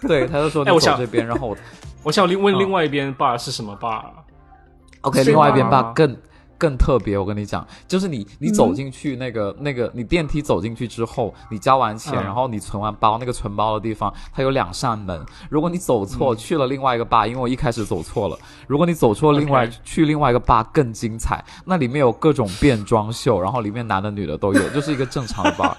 [SPEAKER 2] 对，他就说
[SPEAKER 1] 哎
[SPEAKER 2] 你
[SPEAKER 1] 我
[SPEAKER 2] 走
[SPEAKER 1] 想
[SPEAKER 2] 这边，然后我
[SPEAKER 1] 我想另问
[SPEAKER 2] 嗯
[SPEAKER 1] 另外一边 bar 是什么 bar？
[SPEAKER 2] OK，
[SPEAKER 3] 是
[SPEAKER 2] 另外一边
[SPEAKER 1] 吗
[SPEAKER 2] bug 更更特别，我跟你讲，就是你你走进去那个、那个，你电梯走进去之后，你交完钱，
[SPEAKER 1] 嗯
[SPEAKER 2] 然后你存完包，那个存包的地方它有两扇门，如果你走错、
[SPEAKER 1] 嗯
[SPEAKER 2] 去了另外一个 bar，因为我一开始走错了，如果你走错另外
[SPEAKER 1] OK
[SPEAKER 2] 去另外一个 bar 更精彩，那里面有各种变装秀，然后里面男的女的都有，就是一个正常的 bar。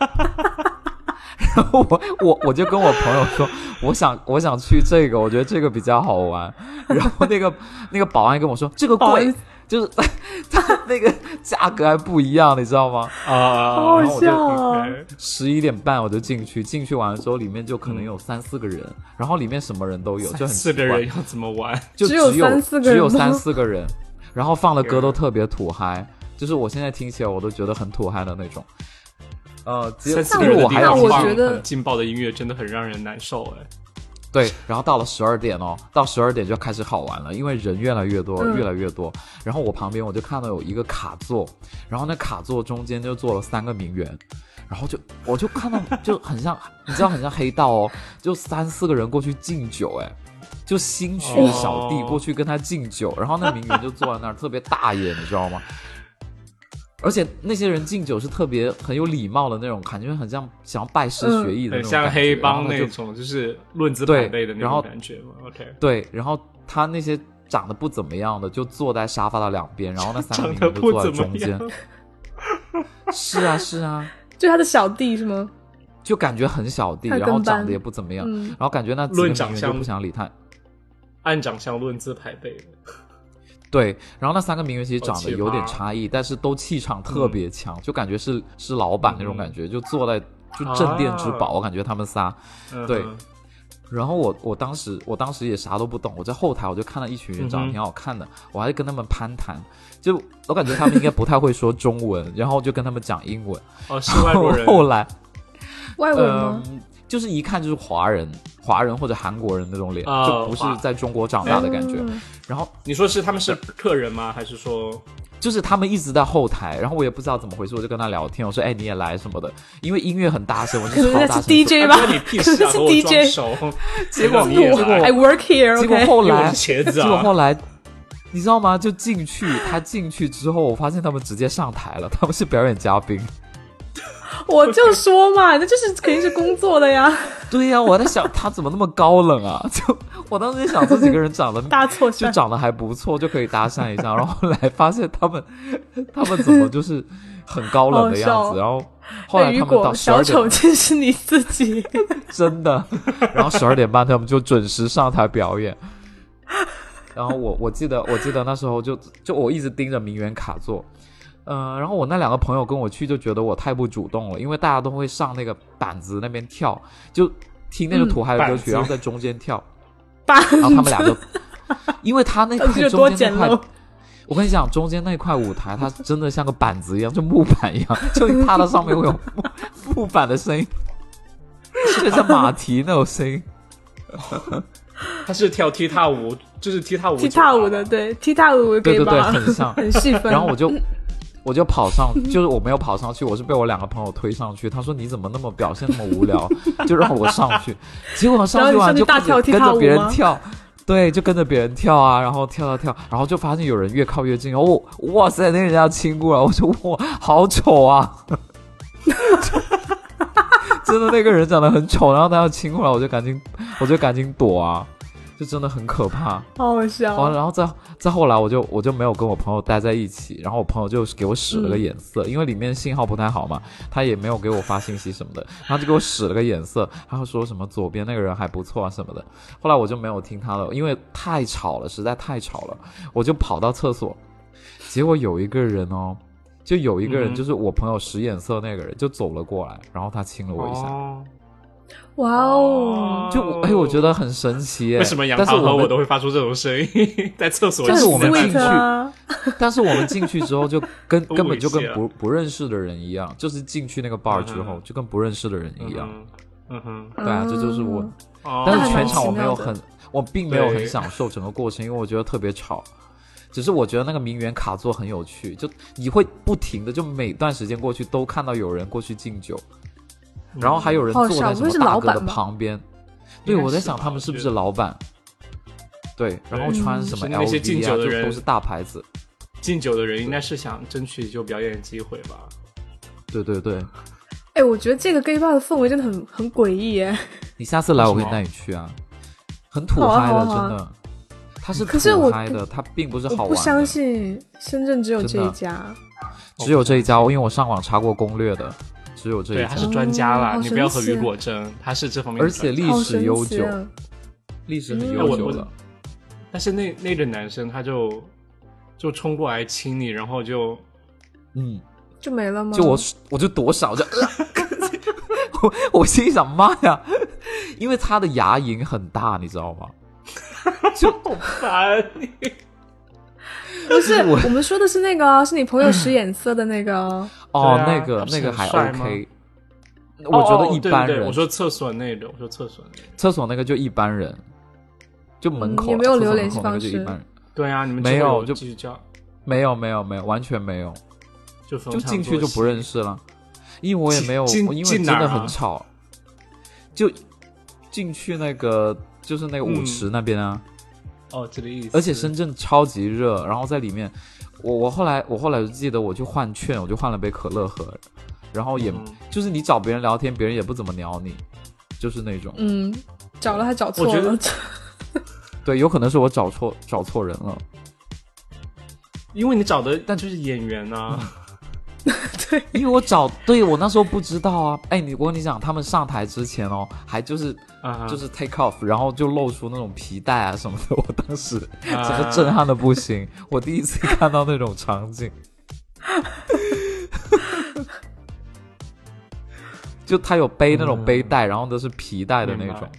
[SPEAKER 2] 然后我我我就跟我朋友说，我想我想去这个，我觉得这个比较好 玩。然后那个那个保安跟我说，这个
[SPEAKER 3] 保
[SPEAKER 2] 贵
[SPEAKER 3] 安，
[SPEAKER 2] 就是 它那个价格还不一样，你知道吗？
[SPEAKER 1] 啊，
[SPEAKER 3] 好
[SPEAKER 2] 然后
[SPEAKER 3] 好
[SPEAKER 2] 我就
[SPEAKER 3] 笑啊！
[SPEAKER 1] OK
[SPEAKER 2] 十一点半我就进去，进去完了之后，里面就可能有三四个人，然后里面什么人都有，就
[SPEAKER 1] 嗯
[SPEAKER 2] 很
[SPEAKER 1] 四
[SPEAKER 2] 奇
[SPEAKER 1] 个
[SPEAKER 2] 怪
[SPEAKER 1] 人要怎么玩？
[SPEAKER 2] 就
[SPEAKER 3] 只
[SPEAKER 2] 只
[SPEAKER 3] 有三四个人
[SPEAKER 2] 只有
[SPEAKER 3] 吗
[SPEAKER 2] 三四个人，然后放的歌都特别土嗨，就是我现在听起来我都觉得很土嗨的那种。呃，只有
[SPEAKER 1] 三四个
[SPEAKER 2] 因为
[SPEAKER 1] 人的
[SPEAKER 2] 我
[SPEAKER 1] 地
[SPEAKER 2] 还
[SPEAKER 1] 方
[SPEAKER 2] 有
[SPEAKER 3] 那我
[SPEAKER 2] 听
[SPEAKER 1] 放
[SPEAKER 3] 觉得
[SPEAKER 1] 很劲爆的音乐，真的很让人难受哎。
[SPEAKER 2] 对，然后到了十二点哦，到十二点就开始好玩了，因为人越来越多，
[SPEAKER 3] 嗯
[SPEAKER 2] 越来越多。然后我旁边我就看到有一个卡座，然后那卡座中间就坐了三个名媛，然后就我就看到就很像， 你知道很像黑道哦，就三四个人过去敬酒，哎，就新娶的小弟
[SPEAKER 1] 哦
[SPEAKER 2] 过去跟他敬酒，然后那名媛就坐在那儿特别大爷，你知道吗？而且那些人敬酒是特别很有礼貌的那种，感觉很像想要拜师
[SPEAKER 3] 嗯
[SPEAKER 2] 学艺的那
[SPEAKER 1] 很
[SPEAKER 2] 种感觉，
[SPEAKER 1] 像黑帮
[SPEAKER 2] 然后
[SPEAKER 1] 那
[SPEAKER 2] 就
[SPEAKER 1] 种，就是论资排辈的那
[SPEAKER 2] 对然后
[SPEAKER 1] 种感觉嘛。OK，
[SPEAKER 2] 对，然后他那些长得不怎么样的就坐在沙发的两边，然后那三
[SPEAKER 1] 长
[SPEAKER 2] 个名
[SPEAKER 1] 得
[SPEAKER 2] 人就
[SPEAKER 1] 不
[SPEAKER 2] 坐在
[SPEAKER 1] 怎
[SPEAKER 2] 中
[SPEAKER 1] 么
[SPEAKER 2] 间
[SPEAKER 1] 样。。
[SPEAKER 2] 是啊，是啊，
[SPEAKER 3] 就他的小弟是吗？
[SPEAKER 2] 就感觉很小弟，
[SPEAKER 3] 他
[SPEAKER 2] 然后
[SPEAKER 3] 跟班
[SPEAKER 2] 长得也不怎么样，
[SPEAKER 3] 嗯
[SPEAKER 2] 然后感觉那几个
[SPEAKER 1] 论
[SPEAKER 2] 名
[SPEAKER 1] 长
[SPEAKER 2] 人就
[SPEAKER 1] 相
[SPEAKER 2] 不想理他。
[SPEAKER 1] 按长相论资排辈的，
[SPEAKER 2] 对，然后那三个名媛其实
[SPEAKER 1] 好
[SPEAKER 2] 长得
[SPEAKER 1] 奇
[SPEAKER 2] 有点
[SPEAKER 1] 葩
[SPEAKER 2] 差异，但是都气场特别强，就感觉是是老板那种感觉，就坐在就镇店之宝，
[SPEAKER 1] 啊
[SPEAKER 2] 我感觉他们仨。
[SPEAKER 1] 嗯哼
[SPEAKER 2] 对然后我我当时我当时也啥都不懂，我在后台我就看到一群人
[SPEAKER 1] 嗯
[SPEAKER 2] 长得
[SPEAKER 1] 哼
[SPEAKER 2] 挺好看的，我还跟他们攀谈，就我感觉他们应该不太会说中文， 然后就跟他们讲英文。
[SPEAKER 1] 哦，是外国人
[SPEAKER 2] 后来，
[SPEAKER 3] 外文吗
[SPEAKER 2] 嗯？，就是一看就是华人、华人或者韩国人那种脸，
[SPEAKER 1] 哦
[SPEAKER 2] 就不是
[SPEAKER 1] 哇
[SPEAKER 2] 在中国长大的感觉。
[SPEAKER 3] 嗯
[SPEAKER 2] 然后
[SPEAKER 1] 你说是他们是客人吗？还是说
[SPEAKER 2] 就是他们一直在后台，然后我也不知道怎么回事，我就跟他聊天，我说：“哎，你也来什么的？”因为音乐很大声，我
[SPEAKER 3] 可
[SPEAKER 2] 就
[SPEAKER 3] 能
[SPEAKER 2] 超
[SPEAKER 3] 人
[SPEAKER 2] 大
[SPEAKER 3] 家
[SPEAKER 2] 声
[SPEAKER 3] 是
[SPEAKER 2] 说。
[SPEAKER 3] DJ 吧
[SPEAKER 1] 关你屁事啊！
[SPEAKER 3] 是
[SPEAKER 1] 和我
[SPEAKER 3] DJ
[SPEAKER 1] 装熟，
[SPEAKER 2] 结果
[SPEAKER 1] 你也
[SPEAKER 2] 结果
[SPEAKER 1] 来
[SPEAKER 3] ，I work here。
[SPEAKER 2] 结果
[SPEAKER 3] OK，
[SPEAKER 2] 后
[SPEAKER 1] 因为我
[SPEAKER 2] 来
[SPEAKER 1] 是茄子
[SPEAKER 2] 结果
[SPEAKER 1] 啊。
[SPEAKER 2] 后来，你知道吗？就进去，他进去之后，我发现他们直接上台了，他们是表演嘉宾。
[SPEAKER 3] 我就说嘛，那就是肯定是工作的呀，
[SPEAKER 2] 对呀、我在想他怎么那么高冷啊？ 就我当时就想这几个人长得
[SPEAKER 3] 大 错
[SPEAKER 2] 就
[SPEAKER 3] 特
[SPEAKER 2] 长得还不错，就可以搭讪一下。然后后来发现他们他们怎么就是很高冷的样
[SPEAKER 3] 好
[SPEAKER 2] 子，然
[SPEAKER 3] 笑
[SPEAKER 2] 后后来
[SPEAKER 3] 雨
[SPEAKER 2] 他们到
[SPEAKER 3] 果，
[SPEAKER 2] 十二
[SPEAKER 3] 小丑
[SPEAKER 2] 点
[SPEAKER 3] 竟是你自 己，
[SPEAKER 2] 真的，然后十二点半他们就准时上台表演。然后我我记得我记得那时候就就我一直盯着名媛卡座，嗯、然后我那两个朋友跟我去就觉得我太不主动了，因为大家都会上那个板子那边跳，就听那个
[SPEAKER 3] 嗯
[SPEAKER 2] 土嗨的歌
[SPEAKER 1] 板
[SPEAKER 2] 曲，
[SPEAKER 1] 子
[SPEAKER 2] 然后在中间跳，
[SPEAKER 3] 爸，
[SPEAKER 2] 然后他们俩 就，因为他那
[SPEAKER 3] 到底
[SPEAKER 2] 块
[SPEAKER 3] 有多
[SPEAKER 2] 中间
[SPEAKER 3] 简
[SPEAKER 2] 那
[SPEAKER 3] 陋
[SPEAKER 2] 块，？我跟你讲，中间那块舞台它真的像个板子一样，就木板一样，就你踏到上面会有木木板的声音，就像马蹄那种声音。
[SPEAKER 1] 他是跳踢踏舞，就是踢踏舞，
[SPEAKER 3] 踢踏舞的，，对，踢踏舞
[SPEAKER 2] 对
[SPEAKER 3] 给
[SPEAKER 2] 对对，
[SPEAKER 3] 吧，
[SPEAKER 2] 很像。
[SPEAKER 3] 很细分。
[SPEAKER 2] 然后我 就我就跑上，就是我没有跑上去，我是被我两个朋友推上去。他说你怎么那么表现那么无聊，就让我上去。结果上去
[SPEAKER 3] 然后
[SPEAKER 2] 完
[SPEAKER 3] 你
[SPEAKER 2] 就
[SPEAKER 3] 上去
[SPEAKER 2] 跟
[SPEAKER 3] 大
[SPEAKER 2] 着
[SPEAKER 3] 跳踢
[SPEAKER 2] 跟
[SPEAKER 3] 踏
[SPEAKER 2] 着
[SPEAKER 3] 舞
[SPEAKER 2] 别人
[SPEAKER 3] 吗
[SPEAKER 2] 跳。对，就跟着别人跳啊，然后跳跳跳，然后就发现有人越靠越近，哦，哇塞，那人家亲过来，我说哇，好丑啊！ 真的那个人长得很丑，然后他要亲过来，我就赶紧，我就赶紧躲啊，就真的很可怕。
[SPEAKER 3] 好好
[SPEAKER 2] 然后，
[SPEAKER 3] 笑，
[SPEAKER 2] 然后再再后来，我就我就没有跟我朋友待在一起，然后我朋友就给我使
[SPEAKER 1] 嗯
[SPEAKER 2] 了个眼色，因为里面信号不太好嘛，他也没有给我发信息什么的，然后就给我使了个眼色，然后说什么左边那个人还不错啊什么的。后来我就没有听他的，因为太吵了，实在太吵了，我就跑到厕所，结果有一个人哦，就有一个
[SPEAKER 1] 嗯
[SPEAKER 2] 人，
[SPEAKER 1] 哼
[SPEAKER 2] 就是我朋友使眼色那个人，就走了过来，然后他亲了我一下，
[SPEAKER 1] 哦
[SPEAKER 3] 哇哦，
[SPEAKER 2] 就我哎，我觉得很神奇耶。
[SPEAKER 1] 为什么杨
[SPEAKER 2] 但是
[SPEAKER 1] 桃和
[SPEAKER 2] 我
[SPEAKER 1] 我
[SPEAKER 2] 们
[SPEAKER 1] 都会发出这种声音？ 在厕所
[SPEAKER 3] 就
[SPEAKER 2] 但
[SPEAKER 1] 里
[SPEAKER 2] 是
[SPEAKER 3] 很
[SPEAKER 2] 我们进
[SPEAKER 3] sweet
[SPEAKER 2] 去
[SPEAKER 3] 啊，
[SPEAKER 2] 但是我们进去之后就跟
[SPEAKER 1] 都
[SPEAKER 2] 根本就跟
[SPEAKER 1] 猥亵了啊
[SPEAKER 2] 不不认识的人一样，就是进去那个 bar
[SPEAKER 1] 嗯哼
[SPEAKER 2] 之后就跟不认识的人一样。
[SPEAKER 1] 嗯哼，嗯哼，
[SPEAKER 2] 对啊，这就是我。
[SPEAKER 3] 嗯
[SPEAKER 1] 哦
[SPEAKER 2] 但
[SPEAKER 3] 那
[SPEAKER 2] 是全
[SPEAKER 3] 还蛮
[SPEAKER 2] 场我
[SPEAKER 3] 奇
[SPEAKER 2] 没有
[SPEAKER 3] 妙的
[SPEAKER 2] 很，我并没有
[SPEAKER 1] 对
[SPEAKER 2] 很享受整个过程，因为我觉得特别吵。只是我觉得那个名媛卡座很有趣，就你会不停的，就每段时间过去都看到有人过去敬酒，
[SPEAKER 3] 嗯
[SPEAKER 2] 然后还有人
[SPEAKER 3] 好
[SPEAKER 2] 坐在
[SPEAKER 3] 少
[SPEAKER 2] 什
[SPEAKER 3] 不
[SPEAKER 2] 么
[SPEAKER 3] 会是
[SPEAKER 2] 大
[SPEAKER 3] 老
[SPEAKER 2] 哥
[SPEAKER 3] 板
[SPEAKER 2] 的
[SPEAKER 3] 吗
[SPEAKER 2] 旁边。
[SPEAKER 1] 嗯应
[SPEAKER 2] 对，
[SPEAKER 1] 该
[SPEAKER 2] 我在
[SPEAKER 1] 是
[SPEAKER 2] 想
[SPEAKER 1] 吧
[SPEAKER 2] 他们是不是老板？对，然后
[SPEAKER 1] 对
[SPEAKER 2] 穿
[SPEAKER 3] 嗯
[SPEAKER 2] 什么
[SPEAKER 1] 是那些敬
[SPEAKER 2] LV 啊，
[SPEAKER 1] 酒的
[SPEAKER 2] 就
[SPEAKER 1] 人
[SPEAKER 2] 都是大牌子。
[SPEAKER 1] 敬酒的人应该是想争取就表演机会吧？
[SPEAKER 2] 对对对，
[SPEAKER 3] 哎，我觉得这个 gay bar 的氛围真的很很诡异耶。
[SPEAKER 2] 你下次来，
[SPEAKER 1] 为
[SPEAKER 2] 我
[SPEAKER 1] 什
[SPEAKER 2] 可以
[SPEAKER 1] 么
[SPEAKER 2] 带你去啊，很土
[SPEAKER 3] 好啊
[SPEAKER 2] 嗨
[SPEAKER 3] 好
[SPEAKER 2] 的，
[SPEAKER 3] 啊
[SPEAKER 2] 真
[SPEAKER 3] 好啊
[SPEAKER 2] 的。它是
[SPEAKER 3] 可是
[SPEAKER 2] 土
[SPEAKER 3] 我
[SPEAKER 2] 嗨的，它并不是好玩
[SPEAKER 3] 我不
[SPEAKER 2] 的。
[SPEAKER 3] 相信深圳只有
[SPEAKER 2] 真
[SPEAKER 3] 这
[SPEAKER 2] 的
[SPEAKER 3] 一家，
[SPEAKER 2] 只有这一家，因为我上网查过攻略的，只有这
[SPEAKER 1] 对，
[SPEAKER 2] 一家
[SPEAKER 1] 他，是专家啦，
[SPEAKER 3] 哦
[SPEAKER 1] 你不要和
[SPEAKER 3] 好神奇
[SPEAKER 1] 雨果争，他是这方面
[SPEAKER 2] 而
[SPEAKER 1] 的
[SPEAKER 2] 且
[SPEAKER 1] 专家。
[SPEAKER 2] 历
[SPEAKER 3] 好
[SPEAKER 2] 史
[SPEAKER 3] 神
[SPEAKER 2] 悠
[SPEAKER 3] 奇
[SPEAKER 2] 久，
[SPEAKER 3] 啊
[SPEAKER 2] 历史很
[SPEAKER 3] 嗯
[SPEAKER 2] 悠
[SPEAKER 1] 我
[SPEAKER 2] 久
[SPEAKER 1] 我
[SPEAKER 2] 的。
[SPEAKER 1] 但是那那个男生他就就冲过来亲你，然后就
[SPEAKER 2] 嗯，
[SPEAKER 3] 就没了吗？
[SPEAKER 2] 就我我就多少 就，我我心想妈呀，因为他的牙龈很大，你知道吗？
[SPEAKER 1] 好烦，
[SPEAKER 3] 不是
[SPEAKER 2] 我
[SPEAKER 3] 我们说的是那个哦，是你朋友使眼色的那个哦。
[SPEAKER 2] 哦，
[SPEAKER 1] 对啊
[SPEAKER 2] 那个
[SPEAKER 1] 他不是
[SPEAKER 2] 那个
[SPEAKER 1] 很
[SPEAKER 2] 还
[SPEAKER 1] 帅吗
[SPEAKER 2] OK，我觉
[SPEAKER 1] 哦哦
[SPEAKER 2] 得一
[SPEAKER 1] 对
[SPEAKER 2] 般
[SPEAKER 1] 对对
[SPEAKER 2] 人。
[SPEAKER 1] 我说厕所那个，我说厕所那个。
[SPEAKER 2] 厕所那个就一般人，就门口
[SPEAKER 3] 嗯也没有留联系
[SPEAKER 2] 厕所门口那个
[SPEAKER 3] 方
[SPEAKER 2] 就
[SPEAKER 3] 式
[SPEAKER 2] 一般人，
[SPEAKER 1] 对啊，你们
[SPEAKER 2] 没
[SPEAKER 1] 之后
[SPEAKER 2] 有
[SPEAKER 1] 有
[SPEAKER 2] 就
[SPEAKER 1] 继续叫，
[SPEAKER 2] 没有没有没有，完全没有，
[SPEAKER 1] 就逢
[SPEAKER 2] 就
[SPEAKER 1] 场
[SPEAKER 2] 进去
[SPEAKER 1] 作
[SPEAKER 2] 就
[SPEAKER 1] 戏
[SPEAKER 2] 不认识了，因为我也没有，
[SPEAKER 1] 进
[SPEAKER 2] 我因为
[SPEAKER 1] 进
[SPEAKER 2] 真
[SPEAKER 1] 哪儿啊
[SPEAKER 2] 的很吵，就进去那个就是那个舞池那边啊，
[SPEAKER 1] 哦，这个意思。
[SPEAKER 2] 而且深圳超级热，然后在里面，我我后来我后来就记得我去换券，我就换了杯可乐喝，然后也、
[SPEAKER 1] 嗯
[SPEAKER 2] 就是你找别人聊天，别人也不怎么鸟你，就是那种，
[SPEAKER 3] 嗯，找了还找错
[SPEAKER 1] 我觉得
[SPEAKER 3] 了，
[SPEAKER 2] 对，有可能是我找错找错人了。
[SPEAKER 1] 因为你找的但就是演员啊，
[SPEAKER 3] 对，
[SPEAKER 2] 因为我找对我那时候不知道啊，哎，你我跟你讲，他们上台之前哦，还就是
[SPEAKER 1] 啊，
[SPEAKER 2] 嗯就是 take off，然后就露出那种皮带啊什么的， 我当时
[SPEAKER 1] 啊
[SPEAKER 2] 整个震撼的不行，我第一次看到那种场景， 就他有背那种背带，然后都是皮带的那
[SPEAKER 1] 嗯明白
[SPEAKER 2] 种，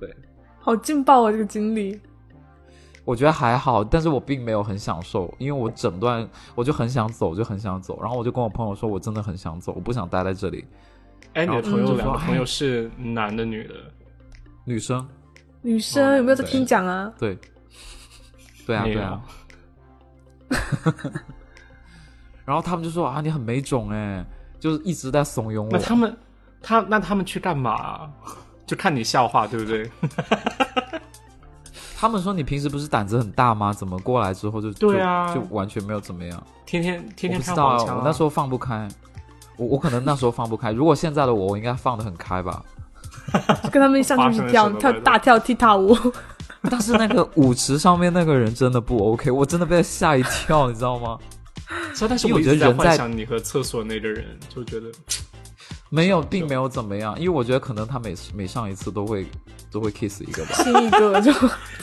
[SPEAKER 2] 对，
[SPEAKER 3] 好劲爆啊！这个经历，
[SPEAKER 2] 我觉得还好，但是我并没有很享受，因为我整段我就很想走，就很想走，然后我就跟我朋友说，我真的很想走，我不想待在这里，
[SPEAKER 1] 哎，你的
[SPEAKER 2] 然后
[SPEAKER 1] 朋
[SPEAKER 2] 就
[SPEAKER 1] 友
[SPEAKER 2] 说
[SPEAKER 1] 两个
[SPEAKER 2] 哎
[SPEAKER 1] 朋友是男的女的？
[SPEAKER 2] 女生。
[SPEAKER 3] 女生有没有在听讲啊？
[SPEAKER 2] 对，对啊，
[SPEAKER 1] 没
[SPEAKER 2] 对
[SPEAKER 1] 有
[SPEAKER 2] 啊。 然后他们就说啊，你很没种哎，就是一直在怂恿
[SPEAKER 1] 那
[SPEAKER 2] 我。
[SPEAKER 1] 他们他那他们去干嘛？ 就看你笑话，对不对？
[SPEAKER 2] 他们说你平时不是胆子很大吗？怎么过来之后就
[SPEAKER 1] 对啊
[SPEAKER 2] 就，就完全没有怎么样？
[SPEAKER 1] 天天天天
[SPEAKER 2] 我不知
[SPEAKER 1] 看
[SPEAKER 2] 道
[SPEAKER 1] 黄
[SPEAKER 2] 啊，
[SPEAKER 1] 腔啊。
[SPEAKER 2] 我那时候放不开，我我可能那时候放不开。如果现在的我，我应该放得很开吧。
[SPEAKER 3] 就跟他们上去
[SPEAKER 1] 发
[SPEAKER 3] 跳
[SPEAKER 1] 生了什么
[SPEAKER 3] 跳
[SPEAKER 1] 来着
[SPEAKER 3] 大跳踢 踏舞，
[SPEAKER 2] 但是那个 舞池上面那个人真的不 OK，我真的被他吓一跳，你知道吗？
[SPEAKER 1] 所以，但是
[SPEAKER 2] 因为
[SPEAKER 1] 我
[SPEAKER 2] 我
[SPEAKER 1] 一
[SPEAKER 2] 觉
[SPEAKER 1] 直
[SPEAKER 2] 得
[SPEAKER 1] 在
[SPEAKER 2] 人在
[SPEAKER 1] 幻想你和厕所那个人，就觉得
[SPEAKER 2] 没有，并没有怎么样，因为我觉得可能他每每上一次都会都会 kiss 一个吧。
[SPEAKER 3] 亲一个 就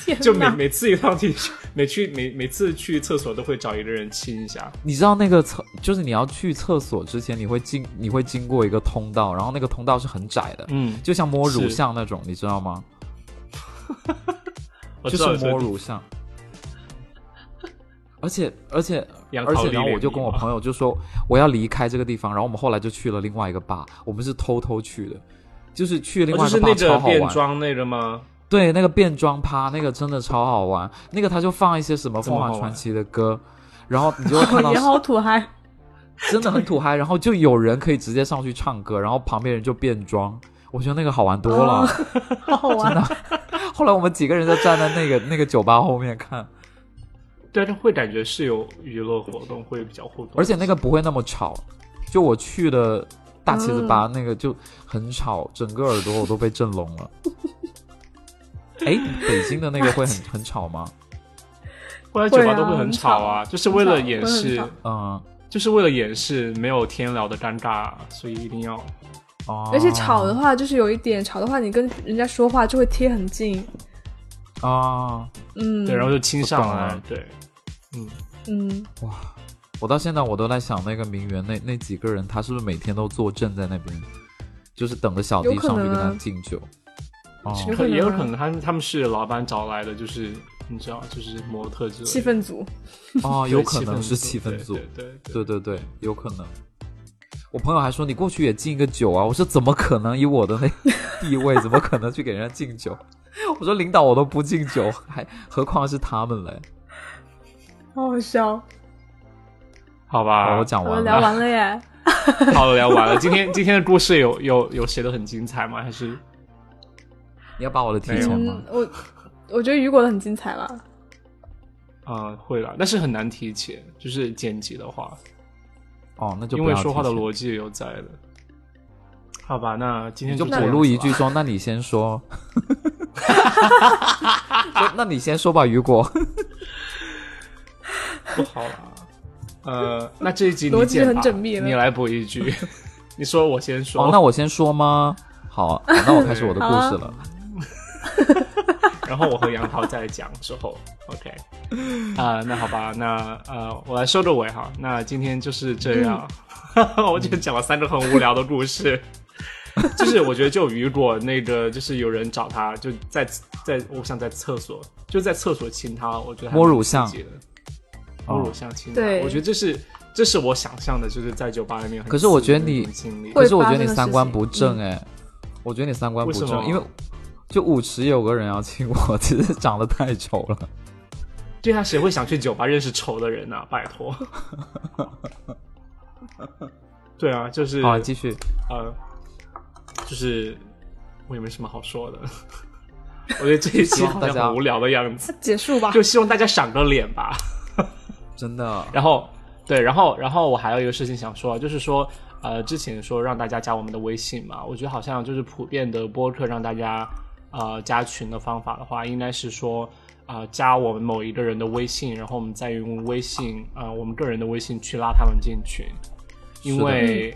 [SPEAKER 3] 天
[SPEAKER 1] 就每
[SPEAKER 2] 啊
[SPEAKER 3] 哪！
[SPEAKER 1] 每次一趟去， 每去每每次去厕所都会找一个人亲一下。
[SPEAKER 2] 你知道那个厕，就是你要去厕所之前，你会经你会经过一个通道，然后那个通道是很窄的，
[SPEAKER 1] 嗯，
[SPEAKER 2] 就像摸乳
[SPEAKER 1] 是
[SPEAKER 2] 巷那种，你知道吗？
[SPEAKER 1] 我
[SPEAKER 2] 就
[SPEAKER 1] 知道
[SPEAKER 2] 是
[SPEAKER 1] 这
[SPEAKER 2] 摸乳巷。而且而且
[SPEAKER 1] 杨
[SPEAKER 2] 而
[SPEAKER 1] 桃
[SPEAKER 2] 且，
[SPEAKER 1] 李
[SPEAKER 2] 然后我
[SPEAKER 1] 脸
[SPEAKER 2] 就
[SPEAKER 1] 迷
[SPEAKER 2] 跟我
[SPEAKER 1] 嘛
[SPEAKER 2] 朋友就说我要离开这个地方，然后我们后来就去了另外一个吧，我们是偷偷去的，就是去另
[SPEAKER 1] 哦
[SPEAKER 2] 外
[SPEAKER 1] 就是
[SPEAKER 2] 一个吧、
[SPEAKER 1] 那
[SPEAKER 2] 超
[SPEAKER 1] 个
[SPEAKER 2] 好
[SPEAKER 1] 变
[SPEAKER 2] 玩。
[SPEAKER 1] 装那个吗？
[SPEAKER 2] 对，那个变装趴，那个真的超好玩，那个他就放一些什么
[SPEAKER 1] 怎么
[SPEAKER 2] 凤凰
[SPEAKER 1] 好玩
[SPEAKER 2] 传奇的歌，然后你就会 看到
[SPEAKER 3] 也好土嗨，
[SPEAKER 2] 真的很土嗨，然后就有人可以直接上去唱歌，然后旁边人就变装，我觉得那个好玩多
[SPEAKER 3] 哦
[SPEAKER 2] 了。
[SPEAKER 3] 好好玩。
[SPEAKER 2] 后来我们几个人就站在那个 那个酒吧后面看，
[SPEAKER 1] 对，但会感觉是有娱乐活动，会比较互动。
[SPEAKER 2] 而且那个不会那么吵，就我去的大茄子吧、那个就很吵，整个耳朵我都被震聋 了。哎，北京的那个会很 很吵吗？
[SPEAKER 1] 后来酒吧
[SPEAKER 3] 会啊
[SPEAKER 1] 都会很吵啊，
[SPEAKER 3] 很吵
[SPEAKER 1] 就是为了
[SPEAKER 3] 很吵
[SPEAKER 1] 掩
[SPEAKER 3] 会很
[SPEAKER 1] 饰
[SPEAKER 3] 吵，
[SPEAKER 2] 嗯，
[SPEAKER 1] 就是为了掩饰没有天聊的尴尬，所以一定要
[SPEAKER 2] 哦，
[SPEAKER 3] 而且吵的话，就是有一点吵的话，你跟人家说话就会贴很近，
[SPEAKER 2] 啊，
[SPEAKER 3] 嗯，
[SPEAKER 1] 啊
[SPEAKER 2] 哦
[SPEAKER 1] 对，然后就亲上
[SPEAKER 2] 我懂
[SPEAKER 1] 来
[SPEAKER 2] 了，
[SPEAKER 1] 对，嗯，
[SPEAKER 3] 嗯，
[SPEAKER 2] 哇，我到现在我都在想那个名媛那那几个人，他是不是每天都坐镇在那边，就是等着小弟
[SPEAKER 3] 有可
[SPEAKER 2] 上去
[SPEAKER 3] 能
[SPEAKER 2] 跟他
[SPEAKER 3] 啊
[SPEAKER 2] 敬 酒。哦，
[SPEAKER 3] 有可
[SPEAKER 1] 可
[SPEAKER 3] 能啊
[SPEAKER 1] 也有可能他们他们是老板找来的，就是你知道，就是模特之类的
[SPEAKER 3] 气氛组，
[SPEAKER 2] 哦，
[SPEAKER 1] 对
[SPEAKER 2] 有可能是
[SPEAKER 1] 气
[SPEAKER 2] 气氛组，
[SPEAKER 1] 对对
[SPEAKER 2] 对对对，有可能。我朋友还说你过去也敬一个酒啊，我说怎么可能？以我的 那地位，怎么可能去给人家敬酒？ 我说领导我都不敬酒，还何况是他们嘞？
[SPEAKER 3] 好好笑。
[SPEAKER 1] 好啊
[SPEAKER 2] 好，
[SPEAKER 1] 吧，
[SPEAKER 2] 我讲
[SPEAKER 3] 我
[SPEAKER 2] 完
[SPEAKER 3] 聊
[SPEAKER 2] 了。
[SPEAKER 3] 完了耶，
[SPEAKER 1] 好了，聊完了。今天今天的故事有有有写的很精彩吗？还是
[SPEAKER 2] 你要把我的提
[SPEAKER 1] 没有
[SPEAKER 2] 前吗
[SPEAKER 3] 嗯？，我我觉得雨果的很精彩了。
[SPEAKER 1] 啊、呃会了，但是很难提前，就是剪辑的话，
[SPEAKER 2] 哦，那就
[SPEAKER 1] 因
[SPEAKER 2] 不
[SPEAKER 1] 为
[SPEAKER 2] 要
[SPEAKER 1] 说
[SPEAKER 2] 提
[SPEAKER 1] 话的
[SPEAKER 2] 前
[SPEAKER 1] 逻辑也有在的。好吧，那今天
[SPEAKER 2] 你就
[SPEAKER 1] 这
[SPEAKER 2] 补
[SPEAKER 1] 样
[SPEAKER 2] 录
[SPEAKER 1] 子
[SPEAKER 2] 一
[SPEAKER 1] 吧
[SPEAKER 2] 句说，那你先说。 说那你先说吧，雨果。
[SPEAKER 1] 不好啦。呃，那这一集
[SPEAKER 3] 逻
[SPEAKER 1] 你
[SPEAKER 3] 辑
[SPEAKER 1] 剪
[SPEAKER 3] 很
[SPEAKER 1] 吧
[SPEAKER 3] 缜密了
[SPEAKER 1] 你来补一句。 你说我先说，
[SPEAKER 2] 哦，那我先说吗？好，好那我开始我的故
[SPEAKER 3] 好啊
[SPEAKER 2] 事了。
[SPEAKER 1] 然后我和杨桃再讲之后，OK，啊、那好吧，那呃，我来收个尾哈。那今天就是这
[SPEAKER 2] 嗯
[SPEAKER 1] 样， 我就讲了三个很无聊的故事。 就是我觉得就雨果那个，就是有人找他，就在在，我想在厕所，就在厕所亲他，我觉得还
[SPEAKER 2] 摸
[SPEAKER 1] 蛮
[SPEAKER 2] 乳
[SPEAKER 1] 刺
[SPEAKER 2] 像
[SPEAKER 1] 激的，摸
[SPEAKER 2] 哦
[SPEAKER 1] 乳像亲他，
[SPEAKER 3] 对
[SPEAKER 1] 我觉得这是这是我想象的，就是在酒吧里面很刺激的那种经历。
[SPEAKER 2] 可是我觉得你可
[SPEAKER 3] 会
[SPEAKER 2] 是我
[SPEAKER 3] 发
[SPEAKER 2] 觉得
[SPEAKER 3] 生
[SPEAKER 2] 你
[SPEAKER 3] 的
[SPEAKER 2] 三
[SPEAKER 3] 事
[SPEAKER 2] 观
[SPEAKER 3] 情嗯
[SPEAKER 2] 不正哎、我觉得你三观不
[SPEAKER 1] 为什
[SPEAKER 2] 正，
[SPEAKER 1] 么
[SPEAKER 2] 因为就舞池有个人要亲我， 只是长得太丑了。
[SPEAKER 1] 对啊，谁会想去酒吧认识丑的人呢、 啊？拜托。对啊，就是
[SPEAKER 2] 好，继续。
[SPEAKER 1] 呃，就是我也没什么好说的。 我觉得这一期好
[SPEAKER 2] 大
[SPEAKER 1] 像
[SPEAKER 2] 家
[SPEAKER 1] 很无聊的样子，
[SPEAKER 3] 结束吧。
[SPEAKER 1] 就希望大家赏个脸吧。
[SPEAKER 2] 真的，
[SPEAKER 1] 然后，对，然后，然后我还有一个事情想说，就是说，呃，之前说让大家加我们的微信嘛，我觉得好像就是普遍的播客让大家呃加群的方法的话，应该是说。啊、加我们某一个人的微信，然后我们再用微信，啊、我们个人的微信去拉他们进群，因为，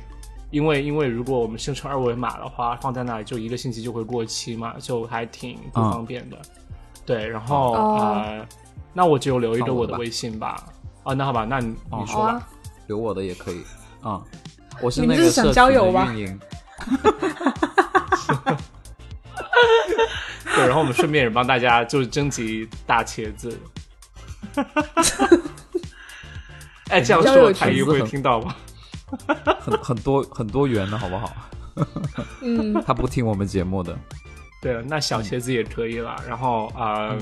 [SPEAKER 1] 因为，因为如果我们生成二维码的话，放在那里就一个星期就会过期嘛，就还挺不
[SPEAKER 2] 嗯
[SPEAKER 1] 方便的。对，然后
[SPEAKER 3] 哦
[SPEAKER 1] 呃，那我就留一个
[SPEAKER 2] 放我
[SPEAKER 1] 我
[SPEAKER 2] 的
[SPEAKER 1] 的
[SPEAKER 2] 吧
[SPEAKER 1] 微信吧。啊，那好吧，那你
[SPEAKER 2] 哦
[SPEAKER 1] 你
[SPEAKER 3] 好
[SPEAKER 1] 说吧。
[SPEAKER 3] 啊，
[SPEAKER 2] 留我的也可以啊、我是
[SPEAKER 3] 你们
[SPEAKER 2] 那
[SPEAKER 3] 这
[SPEAKER 2] 个
[SPEAKER 3] 是想
[SPEAKER 2] 社
[SPEAKER 3] 交
[SPEAKER 2] 群
[SPEAKER 3] 友吧
[SPEAKER 2] 的运营。
[SPEAKER 1] 对，然后我们顺便也帮大家就是征集大茄 子。哎，这样
[SPEAKER 3] 交
[SPEAKER 1] 说
[SPEAKER 3] 友
[SPEAKER 1] 台
[SPEAKER 2] 圈
[SPEAKER 1] 一
[SPEAKER 2] 子
[SPEAKER 1] 会
[SPEAKER 2] 很嗯
[SPEAKER 1] 听到吗？
[SPEAKER 2] 很很多很多元的好不好？
[SPEAKER 3] 嗯，
[SPEAKER 2] 他不听我们节目的，
[SPEAKER 1] 对，那小茄子也可以啦。然后啊，呃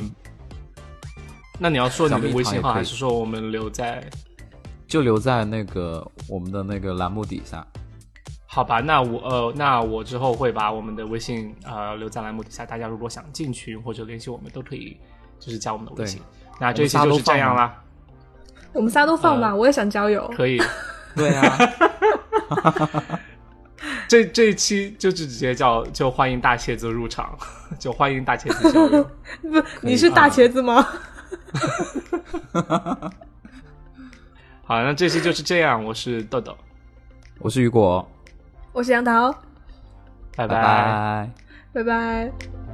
[SPEAKER 1] 那你要说你
[SPEAKER 2] 嗯小蜜
[SPEAKER 1] 的
[SPEAKER 2] 糖
[SPEAKER 1] 微信
[SPEAKER 2] 也
[SPEAKER 1] 号，
[SPEAKER 2] 可以
[SPEAKER 1] 还是说我们留在？
[SPEAKER 2] 就留在那个我们的那个栏目底下。
[SPEAKER 1] 好吧，那我呃，那我之后会把我们的微信呃留在栏目底下，大家如果想进群或者联系我们，都可以就是加我们的微
[SPEAKER 2] 对
[SPEAKER 1] 信。那这一期
[SPEAKER 2] 我
[SPEAKER 1] 就
[SPEAKER 2] 们仨都
[SPEAKER 1] 是这
[SPEAKER 2] 放
[SPEAKER 1] 样
[SPEAKER 2] 吗
[SPEAKER 1] 啦，
[SPEAKER 3] 我们仨都放 吧，
[SPEAKER 1] 呃
[SPEAKER 3] 我也想交友。
[SPEAKER 1] 可以。
[SPEAKER 2] 对啊，
[SPEAKER 1] 这这一期就是直接叫就欢迎大茄子入场， 就欢迎大茄子交 流。
[SPEAKER 3] 不，
[SPEAKER 2] 以
[SPEAKER 3] 你是大
[SPEAKER 1] 啊
[SPEAKER 3] 茄子吗？
[SPEAKER 1] 好，那这期就是这样，我是豆豆，
[SPEAKER 2] 我是雨果，
[SPEAKER 3] 我是杨桃，
[SPEAKER 1] 拜
[SPEAKER 2] 拜拜
[SPEAKER 3] 哦拜拜。